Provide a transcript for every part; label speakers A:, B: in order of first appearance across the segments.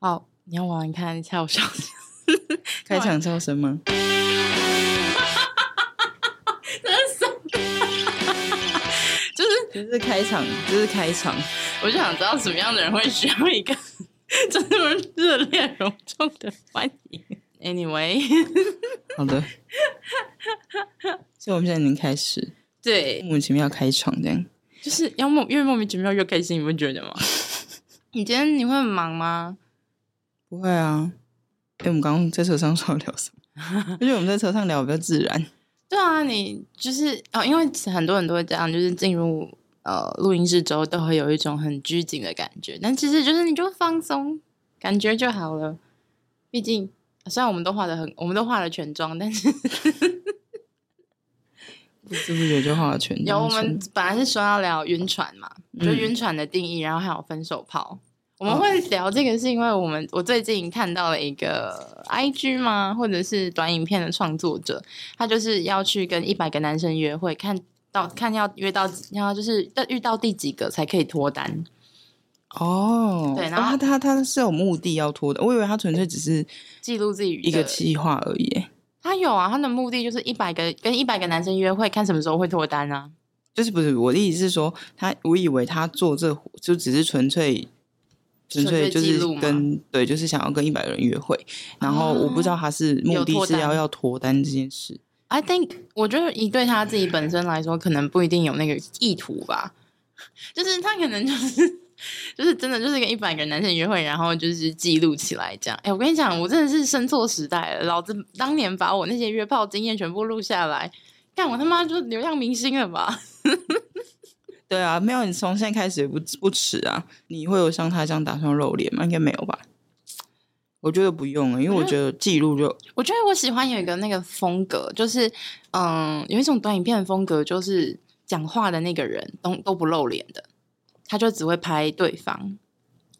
A: 哦，你要玩看一下我笑声，
B: 开场笑声吗？
A: 就是
B: 就是开场，就是开场。
A: 我就想知道什么样的人会需要一个这么热烈隆重的欢迎。Anyway，
B: 好的，所以我们现在已经开始，
A: 对，
B: 莫名其妙开场这样。
A: 就是要莫越莫名其妙越开心，你不觉得吗？ 你今天你会很忙吗？
B: 不会啊，哎、我们刚刚在车上说要聊什么？ 而且我们在车上聊比较自然。
A: 对啊，你就是哦，因为很多人都会这样，就是进入呃录音室之后，都会有一种很拘谨的感觉。但其实就是你就放松，感觉就好了。毕竟虽然我们都化的很，我们都化了全妆，但是
B: 不知不觉就画了全
A: 有我
B: 妆
A: 们
B: 出
A: 本来是说要聊晕船嘛，就
B: 嗯哦
A: 晕船的定义，然后还有分手炮。我们会聊这个是因为我们我最近看到了一个 IG 嘛，或者是短影片的创作者，他就是要去跟一百个男生约会，看到看要约到，然后就是要遇到第几个才可以脱单。
B: 哦，
A: 对然后
B: 哦、他他他是有目的要拖的，我以为他纯粹只是
A: 记录自己的
B: 一个计划而已，哎
A: 他有啊，他的目的就是一百个跟一百个男生约会，看什么时候会脱单啊。
B: 就是不是我的意思是说，他我以为他做这就只是纯粹。纯粹就
A: 纯粹记
B: 是
A: 录吗
B: 跟对，就是想要跟一百个人约会，然后我不知道他是目
A: 哦有脱
B: 的是
A: 单
B: 要要脱单这件事。
A: I think，我觉得以对他自己本身来说，可能不一定有那个意图吧。就是他可能就是 就是真的就是跟一百个男生约会，然后就是记录起来这样。哎、我跟你讲，我真的是生错时代了，老子当年把我那些约炮经验全部录下来，干我他妈就是流量明星了吧？
B: 对啊，没有，你从现在开始也不不迟啊。你会有像他这样打算露脸吗？应该没有吧？我觉得不用了，因
A: 嗯
B: 为我觉得记录就
A: 我觉得我喜欢有一个那个风格，就是嗯，有一种短影片的风格，就是讲话的那个人都都不露脸的，他就只会拍对方。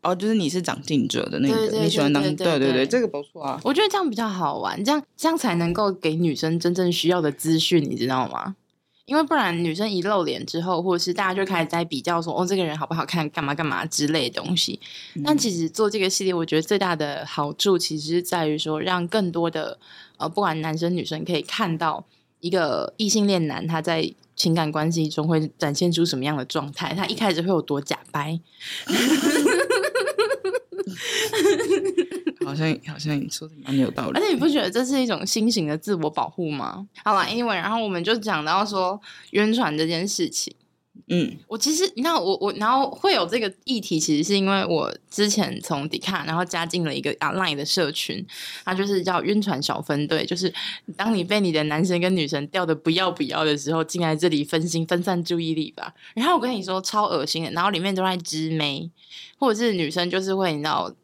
B: 哦，就是你是长进者的那个，
A: 对对
B: 你喜欢当
A: 对对对
B: 对
A: 对
B: 这个不错啊。
A: 我觉得这样比较好玩，这样这样才能够给女生真正需要的资讯，你知道吗？因为不然女生一露脸之后，或者是大家就开始在比较说哦这个人好不好看，干嘛干嘛之类的东西。但其实做这个系列，我觉得最大的好处其实是在于说，让更多的呃不管男生女生可以看到一个异性恋男他在情感关系中会展现出什么样的状态，他一开始会有多假掰。
B: 好像好像你说的蛮有道理
A: 而。哎且你不觉得这是一种新型的自我保护吗？好啦 a n y 然后我们就讲到说晕船这件事情。
B: 嗯，
A: 我其实，你看我我，然后会有这个议题，其实是因为我之前从迪卡，然后加进了一个 online 的社群，它就是叫晕船小分队，就是当你被你的男神跟女神钓的不要不要的时候，进来这里分心分散注意力吧。然后我跟你说超恶心的，然后里面都在织妹，或者是女生就是会你知道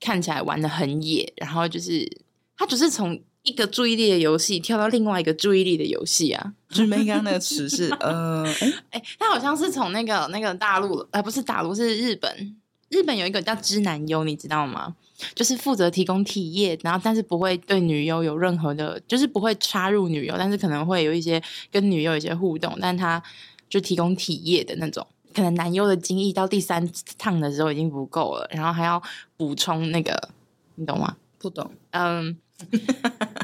A: 看起来玩的很野，然后就是她只是从一个注意力的游戏跳到另外一个注意力的游戏啊。
B: 就是梅刚那个词是 呃，哎、
A: 哎、他好像是从那个那个大陆，呃，不是大陆，是日本。日本有一个叫知男优，你知道吗？就是负责提供体液，然后但是不会对女优有任何的，就是不会插入女优，但是可能会有一些跟女优有一些互动，但他就提供体液的那种。可能男优的精液到第三趟的时候已经不够了，然后还要补充那个，你懂吗？
B: 不懂，
A: 嗯，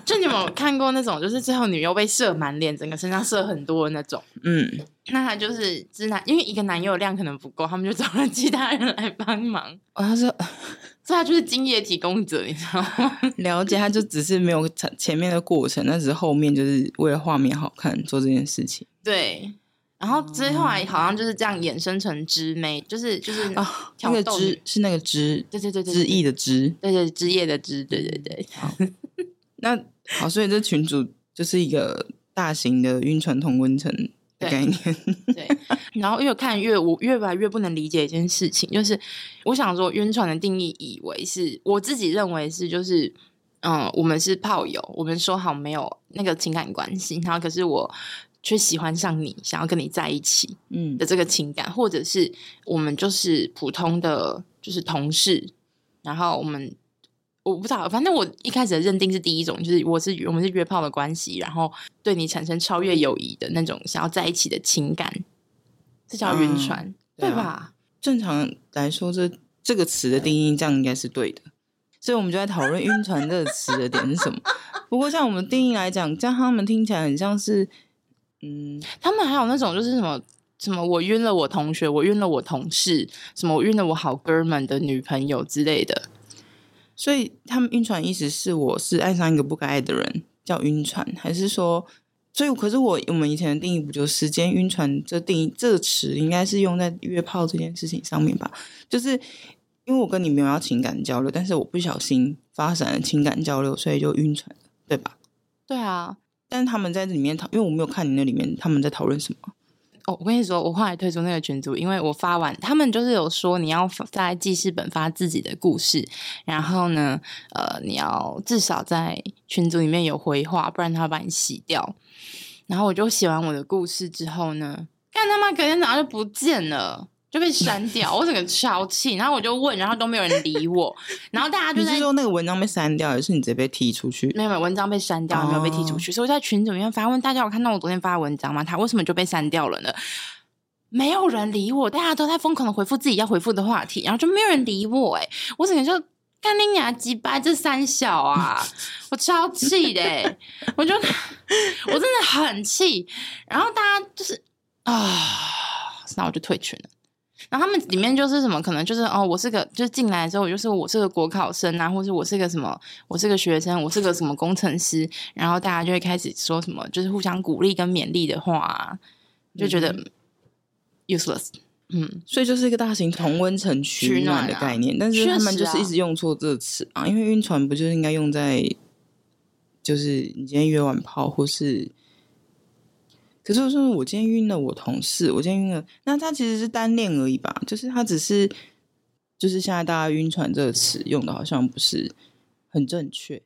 A: 就你有没有看过那种，就是最后女优被射满脸，整个身上射很多的那种？
B: 嗯，
A: 那他就是知男，因为一个男友量可能不够，他们就找了其他人来帮忙，
B: 哦，他说
A: 所以他就是精液提供者，你知道吗？
B: 了解，他就只是没有前前面的过程，但只是后面就是为了画面好看做这件事情
A: 对。然后之后来好像就是这样衍生成知妹，就是就是
B: 啊、那
A: 挑
B: 个
A: 逗
B: 知
A: 女
B: 是那个知
A: 对对对对
B: 知意的知，
A: 对对枝叶的枝，对对对，
B: 那好，所以这群主就是一个大型的晕船同温层的概念。
A: 对，然后越看越我越来越不能理解一件事情，就是我想说晕船的定义，以为是我自己认为是就是。嗯，我们是炮友，我们说好没有那个情感关系，然后可是我却喜欢上你，想要跟你在一起
B: 嗯
A: 的，这个情感，或者是我们就是普通的就是同事，然后我们我不知道，反正我一开始的认定是第一种，就是我是我们是约炮的关系，然后对你产生超越友谊的那种想要在一起的情感，这叫晕船，
B: 嗯对啊
A: 吧？
B: 正常来说这这个词的定义这样应该是对的，所以我们就在讨论“晕船”这个词的点是什么。不过，像我们定义来讲，这样他们听起来很像是，嗯，
A: 他们还有那种就是什么什么，我晕了我同学，我晕了我同事，什么我晕了我好哥们的女朋友之类的。
B: 所以他们晕船意思是我是爱上一个不该爱的人叫晕船，还是说？所以，可是我我们以前的定义不就是“时间晕船”这定义这个词应该是用在约炮这件事情上面吧？就是因为我跟你没有要情感交流，但是我不小心发展了情感交流，所以就晕船了，对吧？
A: 对啊，
B: 但是他们在这里面讨，因为我没有看你那里面他们在讨论什么。
A: 哦，我跟你说，我后来退出那个群组，因为我发完，他们就是有说你要发在记事本发自己的故事，然后呢，呃，你要至少在群组里面有回话，不然他会把你洗掉。然后我就写完我的故事之后呢，干他妈隔天早上就不见了。就被删掉，我整个超气。然后我就问，然后都没有人理我。然后大家就
B: 你
A: 在
B: 是说那个文章被删掉，还是你直接被踢出去？
A: 没有没有文章被删掉，没有被踢出去，所以我在群组里面发问大家，有看到我昨天发的文章吗？他为什么就被删掉了呢？没有人理我，大家都在疯狂的回复自己要回复的话题，然后就没有人理我、欸，哎，我整个就干你娘鸡巴这三小啊， 我超气的、欸，我就 我真的很气，然后大家就是啊，那我就退群了。然后他们里面就是什么，可能就是哦，我是个，就是进来之后，我就是我是个国考生啊，或是我是个什么，我是个学生，我是个什么工程师，然后大家就会开始说什么，就是互相鼓励跟勉励的话、啊，就觉得
B: 嗯
A: useless。嗯，
B: 所以就是一个大型同温层取暖啊的概念，但是他们就是一直用错这个词啊，因为晕船不就是应该用在，就是你今天约完炮或是。可是我说我今天晕了我同事，我今天晕了，那他其实是单恋而已吧？就是他只是，就是现在大家“晕船”这个词用的好像不是很正 确，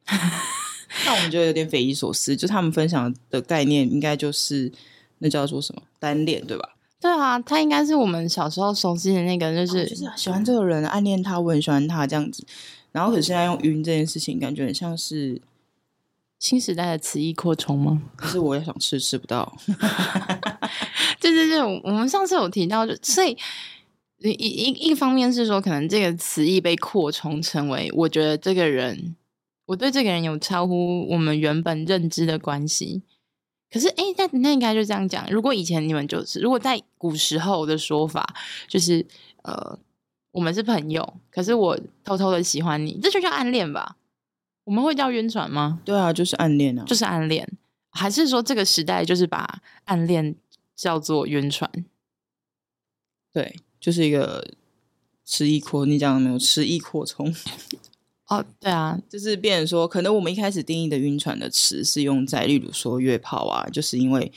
B: 那我们觉得有点匪夷所思。就他们分享的概念，应该就是那叫做什么单恋，对吧？
A: 对啊，他应该是我们小时候熟悉的那个，就是、
B: 哦就是喜欢这个人，暗恋他，我很喜欢他这样子。然后可是现在用晕这件事情，感觉很像是，
A: 新时代的词义扩充吗？
B: 可是我也想吃，吃不到。
A: 对对对，我我们上次有提到，就所以一一一方面是说，可能这个词义被扩充成为，我觉得这个人，我对这个人有超乎我们原本认知的关系。可是，哎，那那应该就这样讲。如果以前你们就是，如果在古时候的说法，就是呃，我们是朋友，可是我偷偷的喜欢你，这就叫暗恋吧？我们会叫晕船吗？
B: 对啊，就是暗恋啊，
A: 就是暗恋，还是说这个时代就是把暗恋叫做晕船？
B: 对，就是一个吃一扩，你讲了没有？吃一扩充，
A: 哦，对啊，
B: 就是变成说，可能我们一开始定义的晕船的词是用在，例如说约炮啊，就是因为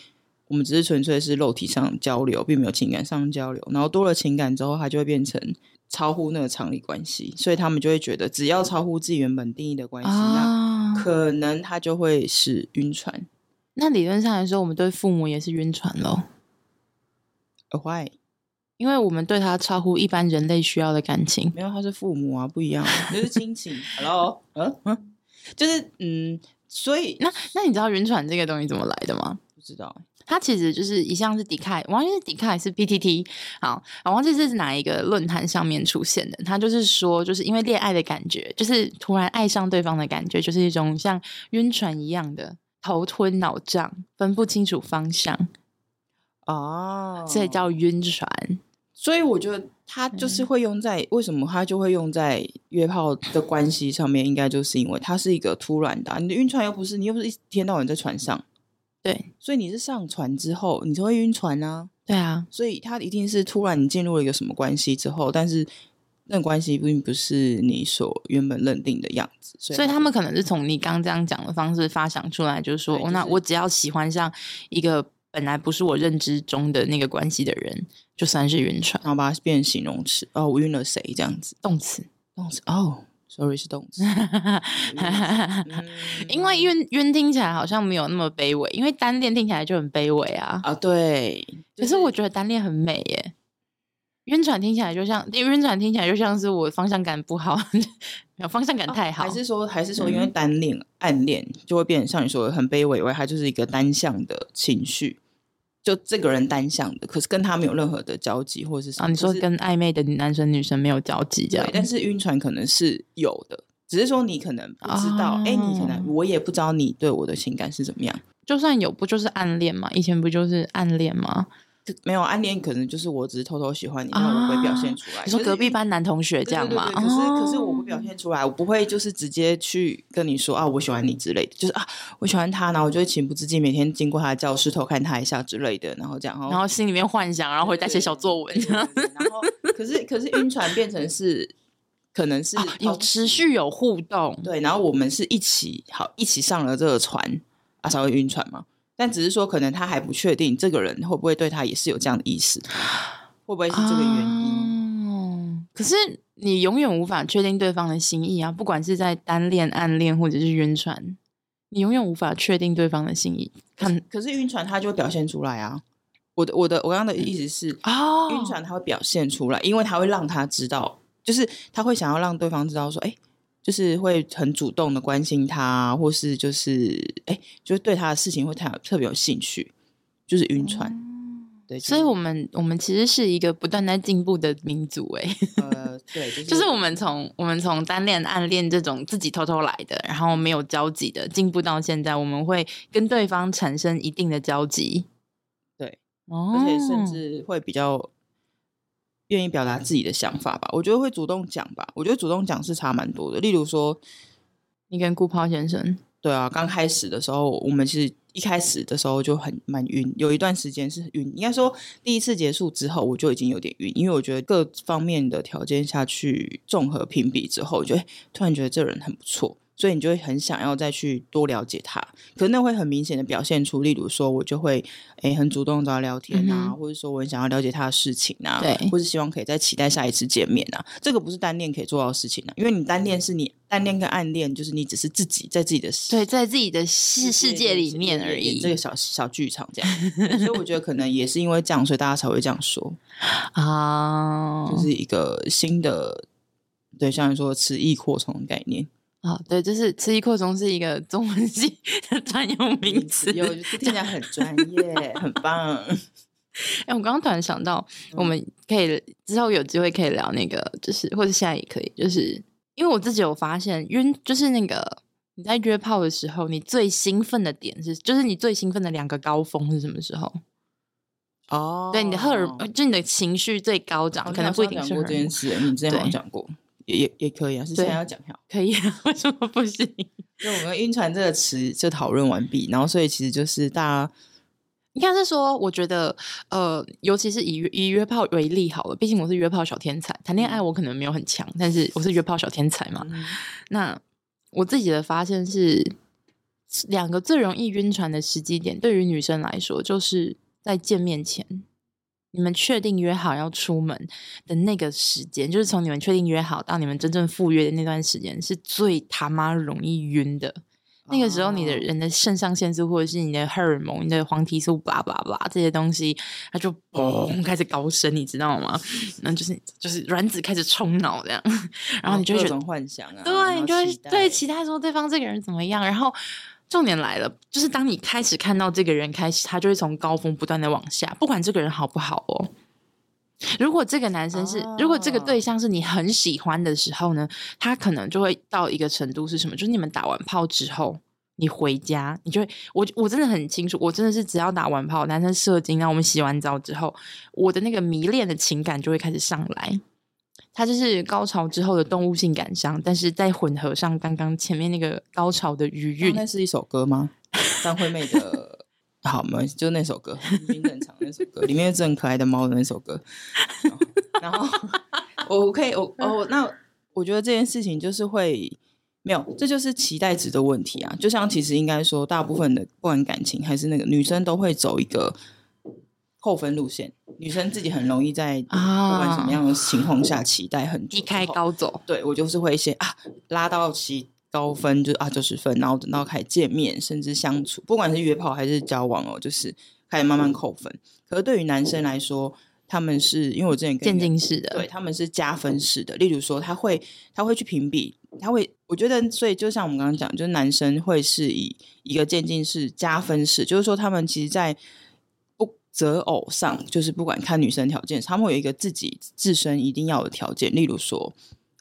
B: 我们只是纯粹是肉体上交流，并没有情感上交流。然后多了情感之后，它就会变成超乎那个常理关系，所以他们就会觉得，只要超乎自己原本定义的关系，
A: 啊
B: 那，可能它就会是晕船。
A: 那理论上来说，我们对父母也是晕船喽，
B: 呃 why？
A: 因为我们对他超乎一般人类需要的感情。
B: 没有，他是父母啊，不一样、 啊，就是亲情。Hello，嗯 嗯，就是嗯，所以
A: 那那你知道晕船这个东西怎么来的吗？
B: 不知道欸。
A: 它其实就是一项是迪卡，我忘记是迪卡还是 PTT，好，我忘记是哪一个论坛上面出现的。它就是说，就是因为恋爱的感觉，就是突然爱上对方的感觉，就是一种像晕船一样的头昏脑胀，分不清楚方向，
B: 哦，
A: 所以叫晕船。
B: 所以我觉得他就是会用在、为什么他就会用在约炮的关系上面，应该就是因为它是一个突然的啊、你的晕船又不是你又不是一天到晚在船上，
A: 对
B: 所以你是上船之后你才会晕船啊，
A: 对啊，
B: 所以他一定是突然你进入了一个什么关系之后，但是那关系并不是你所原本认定的样子，所以
A: 所以他们可能是从你刚这样讲的方式发想出来，就是说，
B: 啊对
A: 哦，
B: 就
A: 那
B: 是
A: 我只要喜欢上一个本来不是我认知中的那个关系的人，就算是晕船
B: 然后把它变成形容词，哦，我晕了谁这样子，
A: 动词。
B: 动词哦，sorry 是动词，嗯
A: 因为晕晕听起来好像没有那么卑微，因为单恋听起来就很卑微啊。
B: 啊对，就
A: 可是我觉得单恋很美耶，晕船听起来就像，因为晕船听起来就像是我方向感不好， 没有方向感太好，
B: 哦
A: 嗯
B: 还是说，还是说，因为单恋、暗恋就会变成像你说的很卑微，以为它就是一个单向的情绪，就这个人单向的，可是跟他没有任何的交集或者是什么。
A: 啊？你说
B: 就是
A: 跟暧昧的男生女生没有交集这样
B: 对，？但是晕船可能是有的，只是说你可能不知道，哎、你可能我也不知道你对我的情感是怎么样。
A: 就算有，不就是暗恋吗？以前不就是暗恋吗？
B: 没有暗恋，可能就是我只是偷偷喜欢你，但我不会表现出来。
A: 你说
B: 可是
A: 隔壁班男同学这样吗？
B: 对对对可是、可是
A: 哦
B: 我不表现出来，我不会就是直接去跟你说啊，我喜欢你之类的，就是啊，我喜欢他，然后我就会情不自禁每天经过他的教室偷看他一下之类的，然后这样，然
A: 然后心里面幻想，然后回家写小作文
B: 对，对对对然后可是可是晕船变成是可能是、
A: 啊有持续有互动，
B: 对，然后我们是一起好一起上了这个船，啊，稍微晕船嘛，但只是说可能他还不确定这个人会不会对他也是有这样的意思，会不会是这个原因？
A: 哦可是你永远无法确定对方的心意啊，不管是在单恋、暗恋或者是晕船，你永远无法确定对方的心意。看
B: 可是晕船他就会表现出来啊，我的我的我刚刚的意思是，
A: 哦
B: 晕船他会表现出来，因为他会让他知道，就是他会想要让对方知道说，哎、就是会很主动的关心他，啊或是就是哎、就是对他的事情会特特别有兴趣，就是晕船。对，
A: 哦所以我们我们其实是一个不断在进步的民族、欸，
B: 呃，对，就是
A: 就是我们从我们从单恋、暗恋这种自己偷偷来的，然后没有交集的，进步到现在，我们会跟对方产生一定的交集。
B: 对，
A: 哦，
B: 而且甚至会比较愿意表达自己的想法吧。我觉得会主动讲吧，我觉得主动讲是差蛮多的。例如说，
A: 你跟顾抛先生，
B: 对啊，刚开始的时候，我们其实一开始的时候就很蛮晕，有一段时间是晕。应该说第一次结束之后，我就已经有点晕，因为我觉得各方面的条件下去综合评比之后，我就会突然觉得这人很不错，所以你就会很想要再去多了解他。可是那会很明显的表现出，例如说我就会诶很主动找他聊天啊，
A: 嗯
B: 或者说我很想要了解他的事情啊，
A: 对
B: 或是希望可以再期待下一次见面啊。这个不是单恋可以做到的事情啊，因为你单恋是你单恋跟暗恋就是你只是自己在自己的
A: 对，在自己的世世界里面而
B: 演
A: 已。
B: 这个小小剧场 这样，所以我觉得可能也是因为这样，所以大家才会这样说，
A: 啊，
B: 就是一个新的，对，像你说词义扩充的概念，
A: 啊，对，就是吃一扩充是一个中文系的专有名词。
B: 有就是听起来很专业，很 棒。
A: 哎、我刚刚突然想到，我们可以之后有机会可以聊那个，就是或者现在也可以，就是因为我自己有发现晕，就是那个你在约炮的时候，你最兴奋的点是，就是你最兴奋的两个高峰是什么时候？
B: 哦
A: 对，你的荷尔，就你的情绪最高涨，
B: 好像
A: 可能不一定
B: 好
A: 是
B: 像
A: 荷
B: 讲过
A: 尔
B: 这
A: 蒙，
B: 件事，你之前好像讲过，也也也可以啊，是现在
A: 对
B: 要讲一下。
A: 可以啊？ 为什么不行？
B: 就我们“晕船”这个词就讨论完毕，然后所以其实就是大家
A: 应该是说，我觉得，呃，尤其是以约以约炮为例好了，毕竟我是约炮小天才，谈恋爱我可能没有很强，但是我是约炮小天才嘛。
B: 嗯
A: 那我自己的发现是，两个最容易晕船的时机点，对于女生来说，就是在见面前，你们确定约好要出门的那个时间，就是从你们确定约好到你们真正赴约的那段时间，是最他妈容易晕的。那个时候，你的
B: 哦
A: 人的肾上腺素或者是你的荷尔蒙、你的黄体素，巴拉巴拉这些东西，它就嘣开始高升，你知道吗？然后就是就是卵子开始冲脑这样， 然后你就会
B: 各
A: 觉得
B: 种幻想啊，然
A: 对，
B: 后
A: 你就会
B: 期待
A: 对期待说对方这个人怎么样。然后重点来了，就是当你开始看到这个人开始，他就会从高峰不断的往下，不管这个人好不好哦。如果这个男生是，如果这个
B: 哦
A: 对象是你很喜欢的时候呢，他可能就会到一个程度是什么？就是你们打完炮之后，你回家，你就会，我我真的很清楚，我真的是只要打完炮，男生射精，啊然后我们洗完澡之后，我的那个迷恋的情感就会开始上来。它就是高潮之后的动物性感伤，但是在混合上刚刚前面那个高潮的余韵
B: 哦，那是一首歌吗？ 张惠妹的。 好，没关系，就那首歌，冰冷场那首歌，里面有只很可爱的猫的那首歌。 然后，然后我我可以，我哦，那我觉得这件事情就是会没有，这就是期待值的问题啊。就像其实应该说，大部分的不管感情还是那个女生都会走一个扣分路线，女生自己很容易在不管什么样的情况下期待很久
A: 低
B: 之后，
A: 开高走，
B: 对我就是会先啊拉到其高分，就是啊九十分，然后等到开始见面，甚至相处，不管是约炮还是交往哦，就是开始慢慢扣分。可是对于男生来说，他们是因为我之前跟
A: 渐
B: 一个
A: 进式的。
B: 对，他们是加分式的。例如说，他会他会去评比，他会，我觉得，所以就像我们刚刚讲，就是男生会是以一个渐进式加分式，就是说他们其实在不择偶上，就是不管看女生条件，他们会有一个自己自身一定要有的条件。例如说，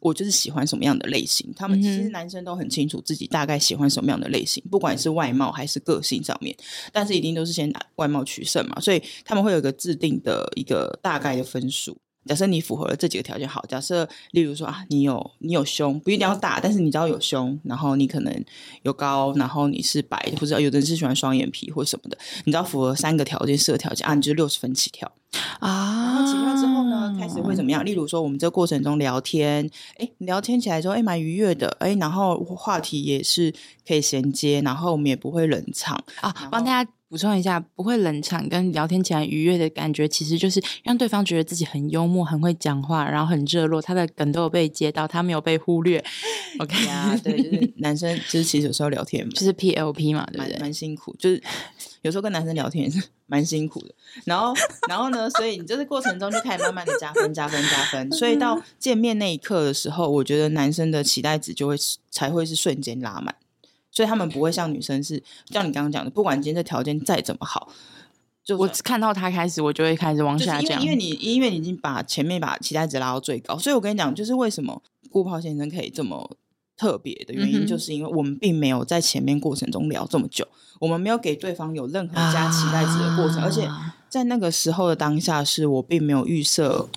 B: 我就是喜欢什么样的类型。他们其
A: 嗯
B: 实
A: 哼
B: 男生都很清楚自己大概喜欢什么样的类型，不管是外貌还是个性上面，但是一定都是先拿外貌取胜嘛，所以他们会有一个制定的一个大概的分数。假设你符合了这几个条件，好，假设例如说啊，你有你有胸，不一定要大，但是你只要有胸，然后你可能有高，然后你是白，或者有的人是喜欢双眼皮或什么的，你只要符合三个条件、四个条件啊，你就六十分起跳。哦然
A: 啊
B: 后起跳之后呢，开始会怎么样？例如说，我们这过程中聊天，哎，聊天起来之后，哎，蛮愉悦的，哎，然后话题也是可以衔接，然后我们也不会冷场，
A: 啊，帮大家补充一下，不会冷场跟聊天起来愉悦的感觉，其实就是让对方觉得自己很幽默、很会讲话，然后很热络，他的梗都有被接到，他没有被忽 略。OK
B: 呀，对， 就是男生就是其实有时候聊天
A: 就是 PLP 嘛，对不
B: 蛮
A: 对？
B: 蛮辛苦，就是有时候跟男生聊天也是蛮辛苦的。然后，然后呢，所以你这个过程中就开始慢慢的加分、加分、加分。所以到见面那一刻的时候，我觉得男生的期待值就会是才会是瞬间拉满。所以他们不会像女生是，像你刚刚讲的，不管今天这条件再怎么好，就
A: 我看到他开始，我就会开始往
B: 就是
A: 下
B: 因为
A: 降。
B: 因为你因为你已经把前面把期待值拉到最高，所以我跟你讲，就是为什么顾炮先生可以这么特别的原
A: 嗯
B: 因，
A: 哼
B: 就是因为我们并没有在前面过程中聊这么久，我们没有给对方有任何加期待值的过程，而且
A: 啊
B: 在那个时候的当下，是我并没有预设。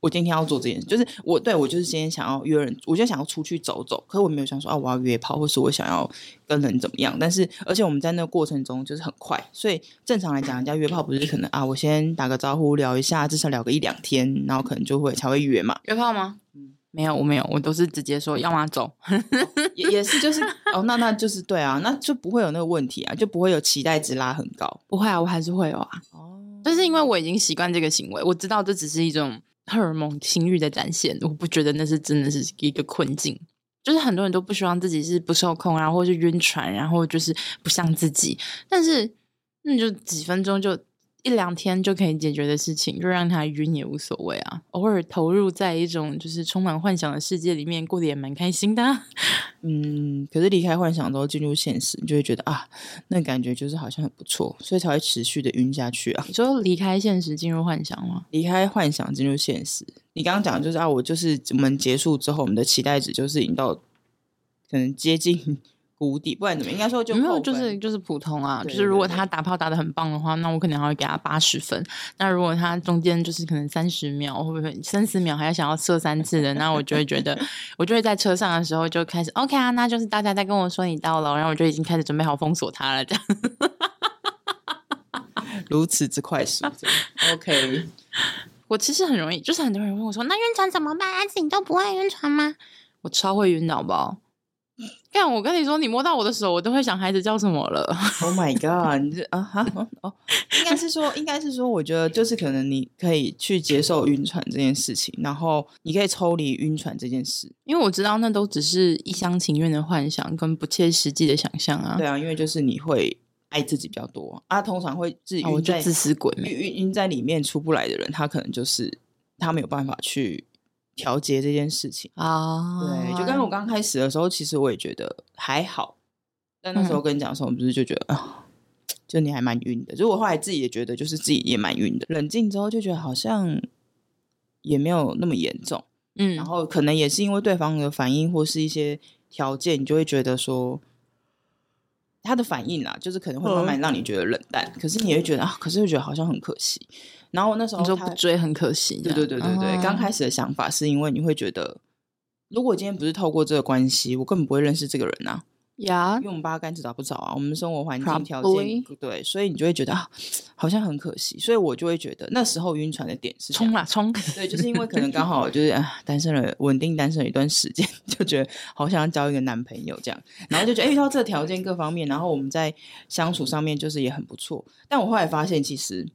B: 我今天要做这件事，就是我对我就是今天想要约人，我就想要出去走走，可是我没有想说啊，我要约炮，或是我想要跟人怎么样。但是，而且我们在那个过程中就是很快，所以正常来讲，人家约炮不是可能啊，我先打个招呼聊一下，至少聊个一两天，然后可能就会才会约嘛。
A: 约炮吗？嗯没有，我没有，我都是直接说要么走。
B: 也也是就是哦，那那就是对啊，那就不会有那个问题啊，就不会有期待值拉很高
A: 不会啊，我还是会有啊。
B: 哦。
A: 但是因为我已经习惯这个行为，我知道这只是一种荷尔蒙性欲的展现，我不觉得那是真的是一个困境。就是很多人都不希望自己是不受控啊，然后或是晕船，然后就是不像自己。但是那就几分钟就一两天就可以解决的事情，就让他晕也无所谓啊。偶尔投入在一种就是充满幻想的世界里面，过得也蛮开心的啊、
B: 嗯，可是离开幻想之后进入现实，你就会觉得啊，那感觉就是好像很不错，所以才会持续的晕下去啊。
A: 你说离开现实进入幻想吗？
B: 离开幻想进入现实，你刚刚讲的就是啊，我就是我们结束之后，我们的期待值就是已经到可能接近 谷底，不然怎么应该说就
A: 没有，
B: 扣
A: 就
B: 分
A: 是就是普通啊，
B: 对
A: 就是如
B: 对
A: 果
B: 对
A: 他打炮打的很棒的话，那我可能还会给他八十分。那如果他中间就是可能三十秒，会不会三十秒还要想要射三次的，那我就会觉 得，我就会在车上的时候就开始 OK 啊，那就是大家在跟我说你到了，然后我就已经开始准备好封锁他了，这样
B: 如此之快速。这 样 OK，
A: 我其实很容易，就是很多人问我说，那晕船怎么办？安子你都不会晕船吗？我超会晕的，好不好？
B: 嗯
A: 看我跟你说，你摸到我的手，我都会想孩子叫什么了。
B: Oh my god！你这啊哈哦哦，应该是说，应该是说，我觉得就是可能你可以去接受晕船这件事情，然后你可以抽离晕船这件事。
A: 因为我知道那都只是一厢情愿的幻想跟不切实际的想象啊。
B: 对啊，因为就是你会爱自己比较多啊，通常会自己
A: 啊我
B: 晕
A: 就
B: 在、
A: 自私鬼
B: 晕
A: 没。
B: 晕晕在里面出不来的人，他可能就是他没有办法去调节这件事情。
A: 啊，
B: 对，就跟我刚开始的时候，其实我也觉得还好，但那时
A: 嗯
B: 候跟你讲的时候，我不是就觉得啊。就你还蛮晕的，就我后来自己也觉得，就是自己也蛮晕的。冷静之后就觉得好像也没有那么严重，
A: 嗯
B: 然，后可能也是因为对方的反应或是一些条件，你就会觉得说他的反应啦，就是可能会慢慢让
A: 嗯
B: 你觉得冷淡，可是你也会觉得啊，可是又觉得好像很可惜。然后那时候
A: 你说
B: 他
A: 不追很可惜这样。
B: 对
A: 哦
B: 对对对对，刚开
A: 始
B: 始的想法是因为你会觉得，如果今天不是透过这个关系，我根本不会认识这个人啊，
A: 呀
B: 因为我们八竿子打不着啊，我们生活环境
A: Probably
B: 条件对，所以你就会觉得啊，好像很可惜，所以我就会觉得那时候晕船的点是这样
A: 冲啦冲，
B: 对，就是因为可能刚好就是啊，单身了，稳定单身了一段时间， 就觉得好想要交一个男朋友这样，然后就觉得哎遇到这个条件各方面，然后我们在相处上面就是也很不错。但我后来发现，其实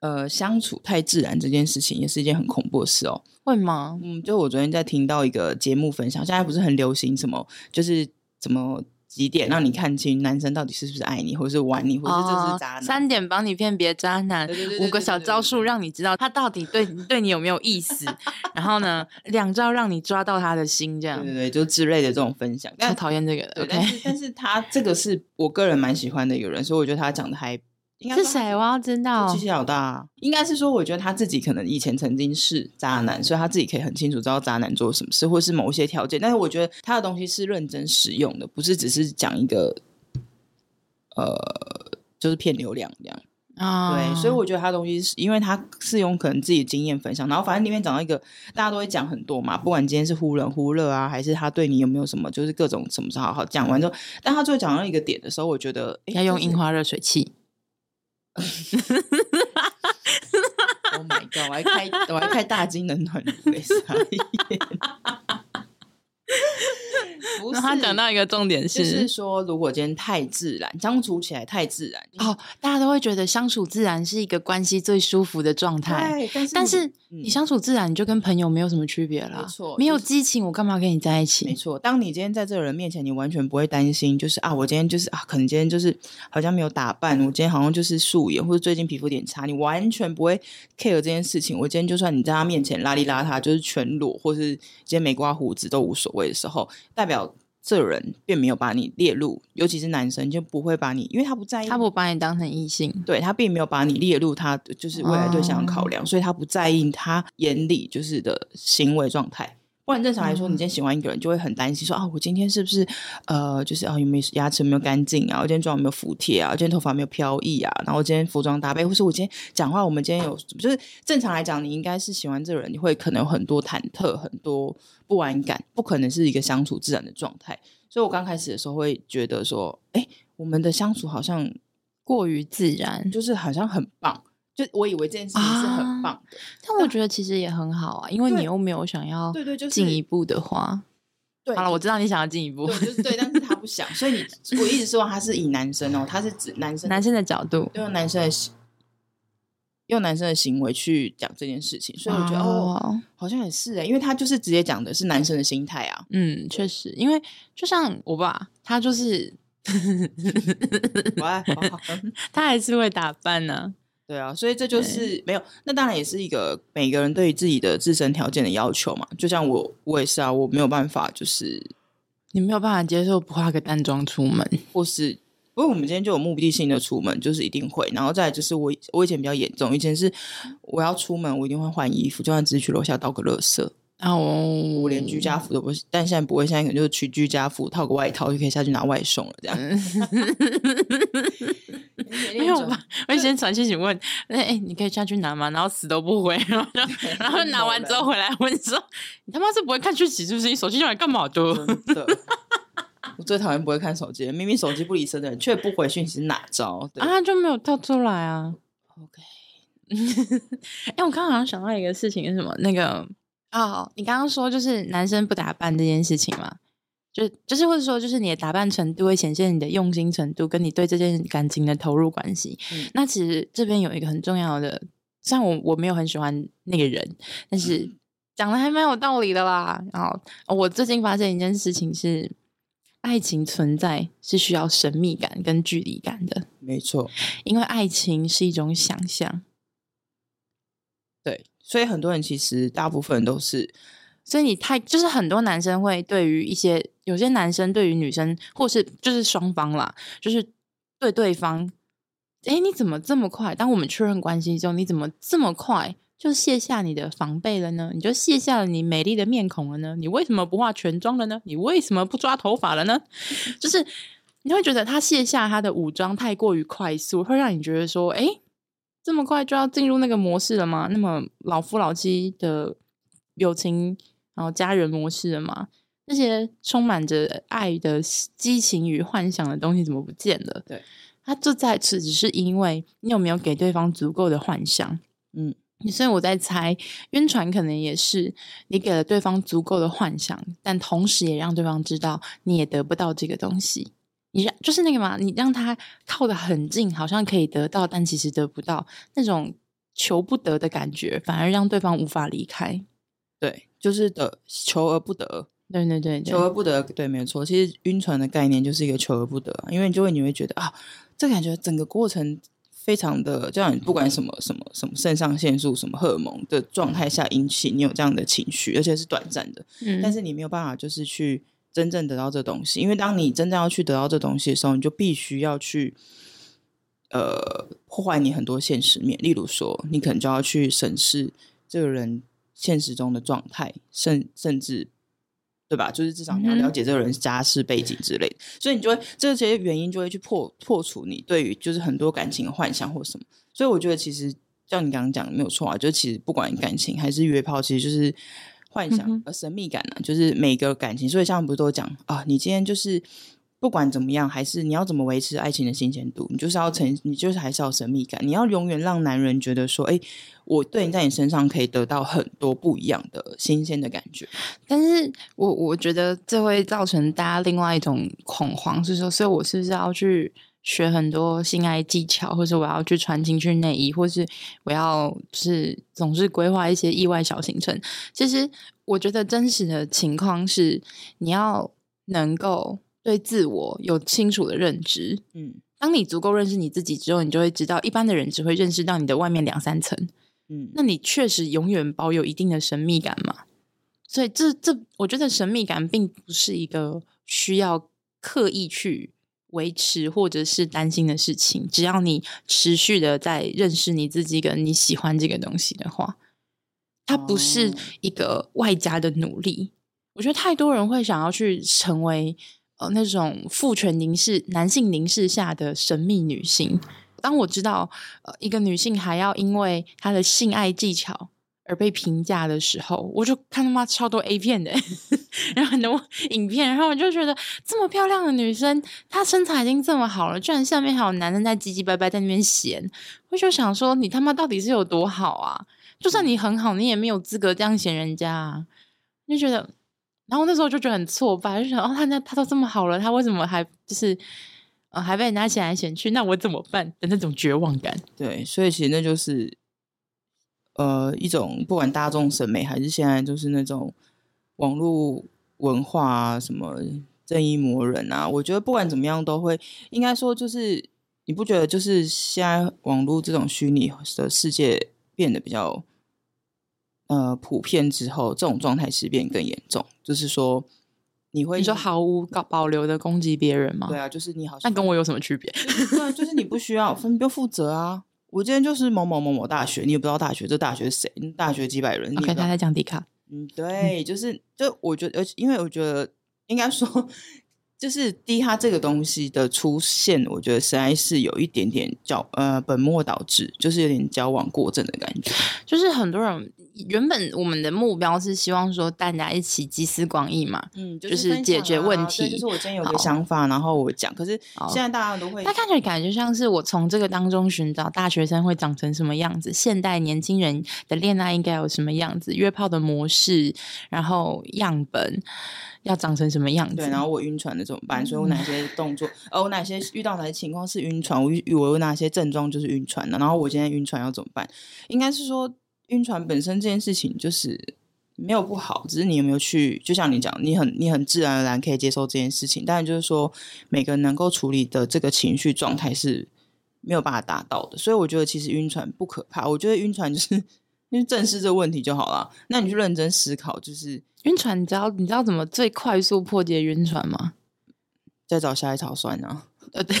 B: 呃相处太自然这件事情也是一件很恐怖的事哦。
A: 会吗？
B: 嗯，就我昨天在听到一个节目分享，现在不是很流行什么，就是怎么几点让你看清男生到底是不是爱你，或者是玩你，或者是这是
A: 哦
B: 渣男。
A: 三点帮你辨别渣男
B: 对对对，对
A: 五个
B: 对
A: 小
B: 对
A: 招
B: 对
A: 数让你知道他到底对对你有没有意思，然后呢，两招让你抓到他的心，这样
B: 对对对，就之类的这种分享，
A: 超
B: 但
A: 讨厌这个的。
B: 对，但
A: OK，
B: 是但是他这个是我个人蛮喜欢的一个人，所以我觉得他讲的还应该
A: 是
B: 说
A: 谁？哦我要知道
B: 巨。蟹老大啊，应该是说，我觉得他自己可能以前曾经是渣男，所以他自己可以很清楚知道渣男做什么事，或是某一些条件。但是我觉得他的东西是认真使用的，不是只是讲一个，呃，就是骗流量这样。
A: 啊
B: 对，所以我觉得他的东西是因为他是用可能自己经验分享，然后反正里面讲到一个大家都会讲很多嘛，不管今天是忽冷忽热啊，还是他对你有没有什么，就是各种什么时候好好讲完之后，但他最后讲到一个点的时候，我觉得 诶
A: 要用
B: 就是
A: 樱花热水器。
B: Oh my god！我还开我还开大金的暖炉嘞，傻眼。 不
A: 那
B: 是
A: 他讲到一个重点，
B: 就是是说，如果今天太自然，相处起来太自然
A: 哦，大家都会觉得相处自然是一个关系最舒服的状态。
B: 对，但是
A: 但是
B: 嗯
A: 你相处自然，你就跟朋友没有什么区别啦。
B: 没错
A: 没有
B: 就是
A: 激情，我干嘛跟你在一
B: 没
A: 起？
B: 错，当你今天在这个人面前，你完全不会担心，就是啊，我今天就是啊，可能今天就是好像没有打扮，我今天好像就是素颜，或者最近皮肤有点差，你完全不会 care 这件事情。我今天就算你在他面前邋里邋遢，就是全裸，或是今天没刮胡子都无所谓的时候，代表这人并没有把你列入，尤其是男生就不会把你，因为他不在意，
A: 他不把你当成异性，
B: 对他并没有把你列入他就是未来对象的考量，所以他不在意他眼里就是的行为状态。不然正常来说，
A: 嗯
B: 你今天喜欢一个人，就会很担心说啊，我今天是不是呃，就是啊有没有牙齿有没有干净啊，我今天妆有没有服帖啊，我今天头发有没有飘逸啊，然后今天服装搭配，或是我今天讲话，我们今天有就是正常来讲，你应该是喜欢这个人，你会可能有很多忐忑，很多不安感，不可能是一个相处自然的状态。所以我刚开始的时候会觉得说，哎，我们的相处好像
A: 过于自然。
B: 就是好像很棒，就我以为这件事情是
A: 啊
B: 很棒的，
A: 但我觉得其实也很好啊，因为
B: 对
A: 你又没有想要
B: 对对，就是
A: 进一步的话。
B: 对，
A: 好了，我知道你想要进一步
B: 对，，就是对，但是他不想，所以你我一直说他是以男生哦，他是指男生，
A: 男生的角度。
B: 用男生的行，用男生的行为去讲这件事情，所以我觉得哦，
A: 哦
B: 好像也是哎，因为他就是直接讲的是男生的心态啊，
A: 嗯，确实，因为就像我爸，他就是
B: 哇，好好嗯
A: 他还是会打扮呢、
B: 对啊，所以这就是没有，那当然也是一个每个人对于自己的自身条件的要求嘛，就像我我也是啊，我没有办法就是
A: 你没有办法接受不化个淡妆出门，
B: 或是因为我们今天就有目的性的出门，就是一定会。然后再来就是我以我以前比较严重，以前是我要出门，我一定会换衣服，就算只是去楼下倒个垃圾，
A: 然后我
B: 我连居家服都不是。但现在不会，现在可能就是去居家服套个外套就可以下去拿外送了，这样。
A: 没嗯 有吧？我以前传讯息问，哎、哎，你可以下去拿吗？然后死都不回，然 后就然后拿完之后回来问说，你他妈是不会看讯息是不是？你手机用来干嘛的？
B: 真的。我最讨厌不会看手机的，明明手机不离身的人，却不回讯息，是哪招？对、
A: 啊，就没有跳出来啊。
B: o k
A: 哎、我刚刚好像想到一个事情是什么？那个哦，你刚刚说就是男生不打扮这件事情嘛，就就是或者说就是你的打扮程度会显现你的用心程度，跟你对这件感情的投入关系。
B: 嗯
A: 那其实这边有一个很重要的，虽然我我没有很喜欢那个人，但是讲的还蛮有道理的啦。然后、哦我最近发现一件事情是，爱情存在是需要神秘感跟距离感的，
B: 没错，
A: 因为爱情是一种想象。
B: 对。所以很多人其实大部分都是
A: 所以你太就是很多男生会对于一些有些男生对于女生，或是就是双方啦，就是对对方，哎，你怎么这么快？当我们确认关系之后，你怎么这么快就卸下你的防备了呢？你就卸下了你美丽的面孔了呢？你为什么不化全妆了呢？你为什么不抓头发了呢？ 就是你会觉得他卸下他的武装太过于快速，会让你觉得说，哎，这么快就要进入那个模式了吗？那么老夫老妻的友情，然后家人模式了吗？那些充满着爱的激情与幻想的东西怎么不见了？
B: 对，
A: 它就在此，只是因为你有没有给对方足够的幻想。
B: 嗯，
A: 所以我在猜，晕船可能也是你给了对方足够的幻想，但同时也让对方知道你也得不到这个东西。你让就是那个嘛，你让他靠得很近，好像可以得到，但其实得不到，那种求不得的感觉，反而让对方无法离开。
B: 对，就是得求而不得。
A: 对对对
B: 求
A: 对，
B: 而不得，对，没有错。其实晕船的概念就是一个求而不得啊，因为你就会你会觉得啊，这感觉整个过程非常的，就像你不管什么什么什么肾上腺素、什么荷尔蒙的状态下引起你有这样的情绪，而且是短暂的，
A: 嗯
B: 但是你没有办法就是去真正得到这东西，因为当你真正要去得到这东西的时候，你就必须要去呃破坏你很多现实面，例如说，你可能就要去审视这个人现实中的状态，甚甚至。对吧？就是至少你要了解这个人家世背景之类的，所以你就会这些原因就会去破破除你对于就是很多感情的幻想或什么。所以我觉得其实像你刚刚讲的没有错啊，就其实不管感情还是约炮，其实就是幻想和神秘感啊，就是每个感情。所以像不是都讲啊，你今天就是不管怎么样，还是你要怎么维持爱情的新鲜度，你就是要成，你就是还是要神秘感，你要永远让男人觉得说，哎，我对你在你身上可以得到很多不一样的新鲜的感觉。
A: 但是我我觉得这会造成大家另外一种恐慌，是说，所以我是不是要去学很多性爱技巧，或者我要去穿情趣内衣，或是我要就是总是规划一些意外小行程？其实我觉得真实的情况是，你要能够对自我有清楚的认知。
B: 嗯
A: 当你足够认识你自己之后，你就会知道，一般的人只会认识到你的外面两三层。
B: 嗯，
A: 那你确实永远保有一定的神秘感嘛？所以这这，我觉得神秘感并不是一个需要刻意去维持或者是担心的事情。只要你持续的在认识你自己，跟你喜欢这个东西的话，它不是
B: 哦
A: 一个外加的努力。我觉得太多人会想要去成为呃那种父权凝视、男性凝视下的神秘女性。当我知道呃一个女性还要因为她的性爱技巧而被评价的时候，我就看他妈超多 A 片的， 然后很多影片，然后我就觉得这么漂亮的女生，她身材已经这么好了，居然下面还有男人在唧唧歪歪在那边闲，我就想说你他妈到底是有多好啊？就算你很好，你也没有资格这样嫌人家、啊，就觉得。然后那时候就觉得很挫败，就想哦，他那他都这么好了，他为什么还就是呃还被人家嫌来嫌去？那我怎么办的那种绝望感？
B: 对，所以其实那就是呃一种不管大众审美还是现在就是那种网络文化啊，什么正义魔人啊，我觉得不管怎么样都会，应该说就是你不觉得就是现在网络这种虚拟的世界变得比较呃普遍之后，这种状态其实变得更严重，就是说你会
A: 你说毫无搞保留的攻击别人吗？
B: 对啊，就是你好像
A: 那跟我有什么区别？
B: 对啊，就是你不需要分，你不用负责啊。我今天就是某某某某大学，你也不知道大学这大学是谁，你大学几百人，你也不
A: OK，
B: 知道
A: 他在讲迪卡，
B: 嗯，对，就是就我觉得，而且因为我觉得应该说，就是低哈这个东西的出现，我觉得实在是有一点点矫呃本末倒置，就是有点矫枉过正的感觉。
A: 就是很多人原本我们的目标是希望说大家一起集思广益嘛，
B: 嗯，
A: 就是就是分解享决啊问对题
B: 就是我今天有
A: 好
B: 个想法，然后我讲，可是
A: 好
B: 现在大家都会
A: 他看起来感觉像是我从这个当中寻找大学生会长成什么样子，现代年轻人的恋爱应该有什么样子，约炮的模式，然后样本要长成什么样子
B: 对，。然后我晕船了怎么办？所以我哪些动作，呃，我哪些遇到哪些情况是晕船？我遇我有哪些症状就是晕船的？然后我现在晕船要怎么办？应该是说晕船本身这件事情就是没有不好，只是你有没有去，就像你讲，你很你很自然而然可以接受这件事情，但就是说每个人能够处理的这个情绪状态是没有办法达到的，所以我觉得其实晕船不可怕，我觉得晕船就是 就是正视这个问题就好了，那你去认真思考，就是
A: 晕船，你知道你知道怎么最快速破解晕船吗？
B: 再找下一条算啊。
A: 呃，对，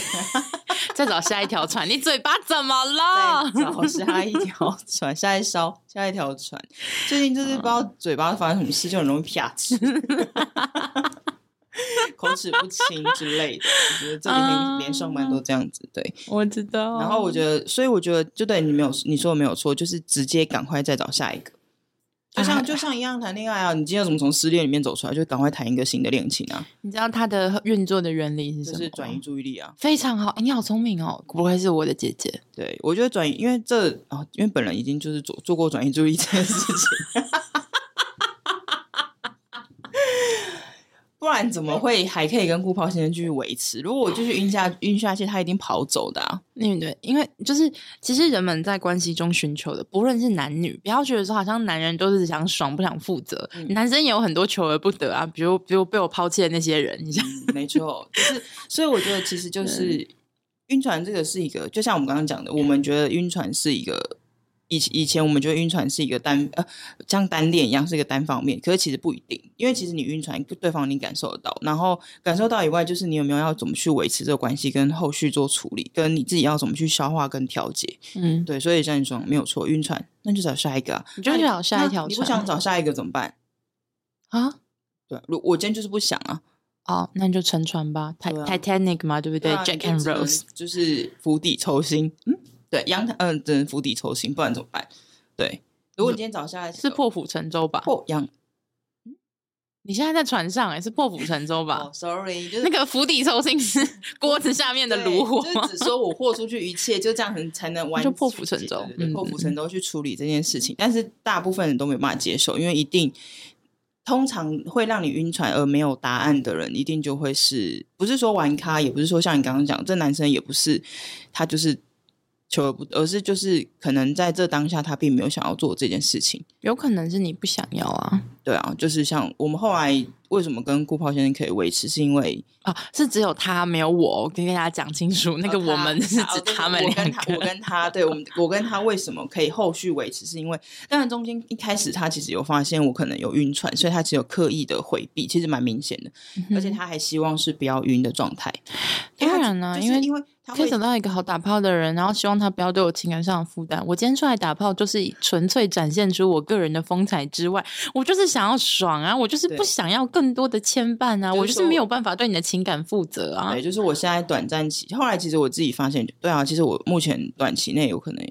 A: 再找下一条船。你嘴巴怎么了？
B: 再找下一条船，下一艘，下一条船。最近就是不知道
A: 嗯
B: 嘴巴发生什么事，就很容 易啪吃， 口齿不清之类的。我觉得这几
A: 啊
B: 天连上班都这样子，对。
A: 我知道。
B: 然后我觉
A: 哦
B: 得，所以我觉得，就对你没有你说的没有错，就是直接赶快再找下一个。就
A: 啊
B: 像就像一样谈恋爱啊，你今天要怎么从失恋里面走出来，就赶快谈一个新的恋情啊，
A: 你知道它的运作的原理是什么
B: 就
A: 吗？
B: 是转移注意力啊。
A: 非常好，诶你好聪明哦，不愧是我的姐姐。
B: 对，我觉得转移，因为这啊、因为本人已经就是做做过转移注意力这件事情， 不然怎么会还可以跟顾抛先生继续维持？如果我继续晕下晕下去，他一定跑走的、啊。
A: 嗯，对，因为就是其实人们在关系中寻求的，不论是男女，不要觉得说好像男人都是想爽不想负责，
B: 嗯
A: 男生也有很多求而不得啊，比如比如被我抛弃的那些人，你想，
B: 嗯没错，就是所以我觉得其实就是晕船这个是一个，就像我们刚刚讲的，我们觉得晕船是一个以以前我们觉得晕船是一个单呃，像单恋一样是一个单方面，可是其实不一定，因为其实你晕船，对方你感受得到，然后感受到以外，就是你有没有要怎么去维持这个关系，跟后续做处理，跟你自己要怎么去消化跟调节。
A: 嗯，
B: 对，所以像你说没有错，晕船那就找下一个啊，
A: 你就找下一条船
B: 你不想找下一个怎么办？
A: 啊，
B: 对，如我今天就是不想啊，
A: 哦，那你就沉船吧，泰
B: 对啊
A: Titanic 嘛，对不对
B: 啊
A: ？Jack
B: 你
A: and
B: 就只能
A: Rose，
B: 就是釜底抽薪，嗯，对，阳台嗯、只能釜底抽薪，不然怎么办？对，如果你今天找下来
A: 嗯是破釜沉舟吧？
B: 破阳
A: 你现在在船上哎，是破釜沉舟吧
B: 哦？，sorry，就是
A: 那个釜底抽薪 是锅子下面的炉火
B: 对
A: 吗
B: 就是只说 我豁出去一切，就这样很才能完
A: 就破釜沉舟
B: 对对对
A: 嗯
B: 破釜沉舟去处理这件事情。但是大部分人都没有办法接受，因为一定通常会让你晕船而没有答案的人，一定就会是不是说玩咖，也不是说像你刚刚讲这男生也不是他就是求而不得，而是就是可能在这当下他并没有想要做这件事情。
A: 有可能是你不想要啊
B: 对啊，就是像我们后来为什么跟顾炮先生可以维持，是因为
A: 啊，是只有他没有我，我跟大家讲清楚，那个
B: 呃哦
A: 我们是指他们
B: 我
A: 两
B: 跟他，我
A: 个。
B: 跟他，对我们，我跟他为什么可以后续维持，是因为当然中间一开始他其实有发现我可能有晕船，所以他其实有刻意的回避，其实蛮明显的，而且他还希望是不要晕的状态。
A: 嗯当然啦
B: 就是
A: 因为
B: 因为他
A: 可
B: 会
A: 以找到一个好打炮的人，然后希望他不要对我情感上的负担。我今天出来打炮，就是纯粹展现出我个人的风采之外，我就是想要爽啊，我就是
B: 对
A: 不想要更多的牵绊啊，
B: 就是
A: 我就是没有办法对你的情感负责啊
B: 对，。就是我现在短暂期，后来其实我自己发现，对啊，其实我目前短期内有可能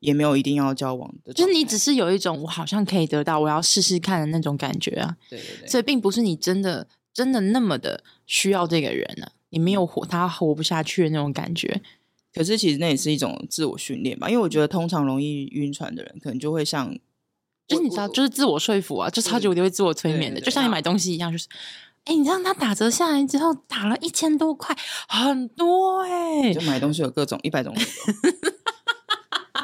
B: 也没有一定要交往的
A: 就
B: 状态，
A: 是你只是有一种我好像可以得到，我要试试看的那种感觉啊，
B: 对对对，
A: 所以并不是你真的真的那么的需要这个人啊，你没有活他活不下去的那种感觉。
B: 可是其实那也是一种自我训练吧，因为我觉得通常容易晕船的人，可能就会像。
A: 就是你
B: 我
A: 知道，
B: 我
A: 就是自我说服啊，就超级
B: 对
A: 无敌会自我催眠的，
B: 对对
A: 就像你
B: 那
A: 买东西一样，就是，哎、你让他打折下来之后打了一千多块，很多哎、
B: 就买东西有各种一百种理 由，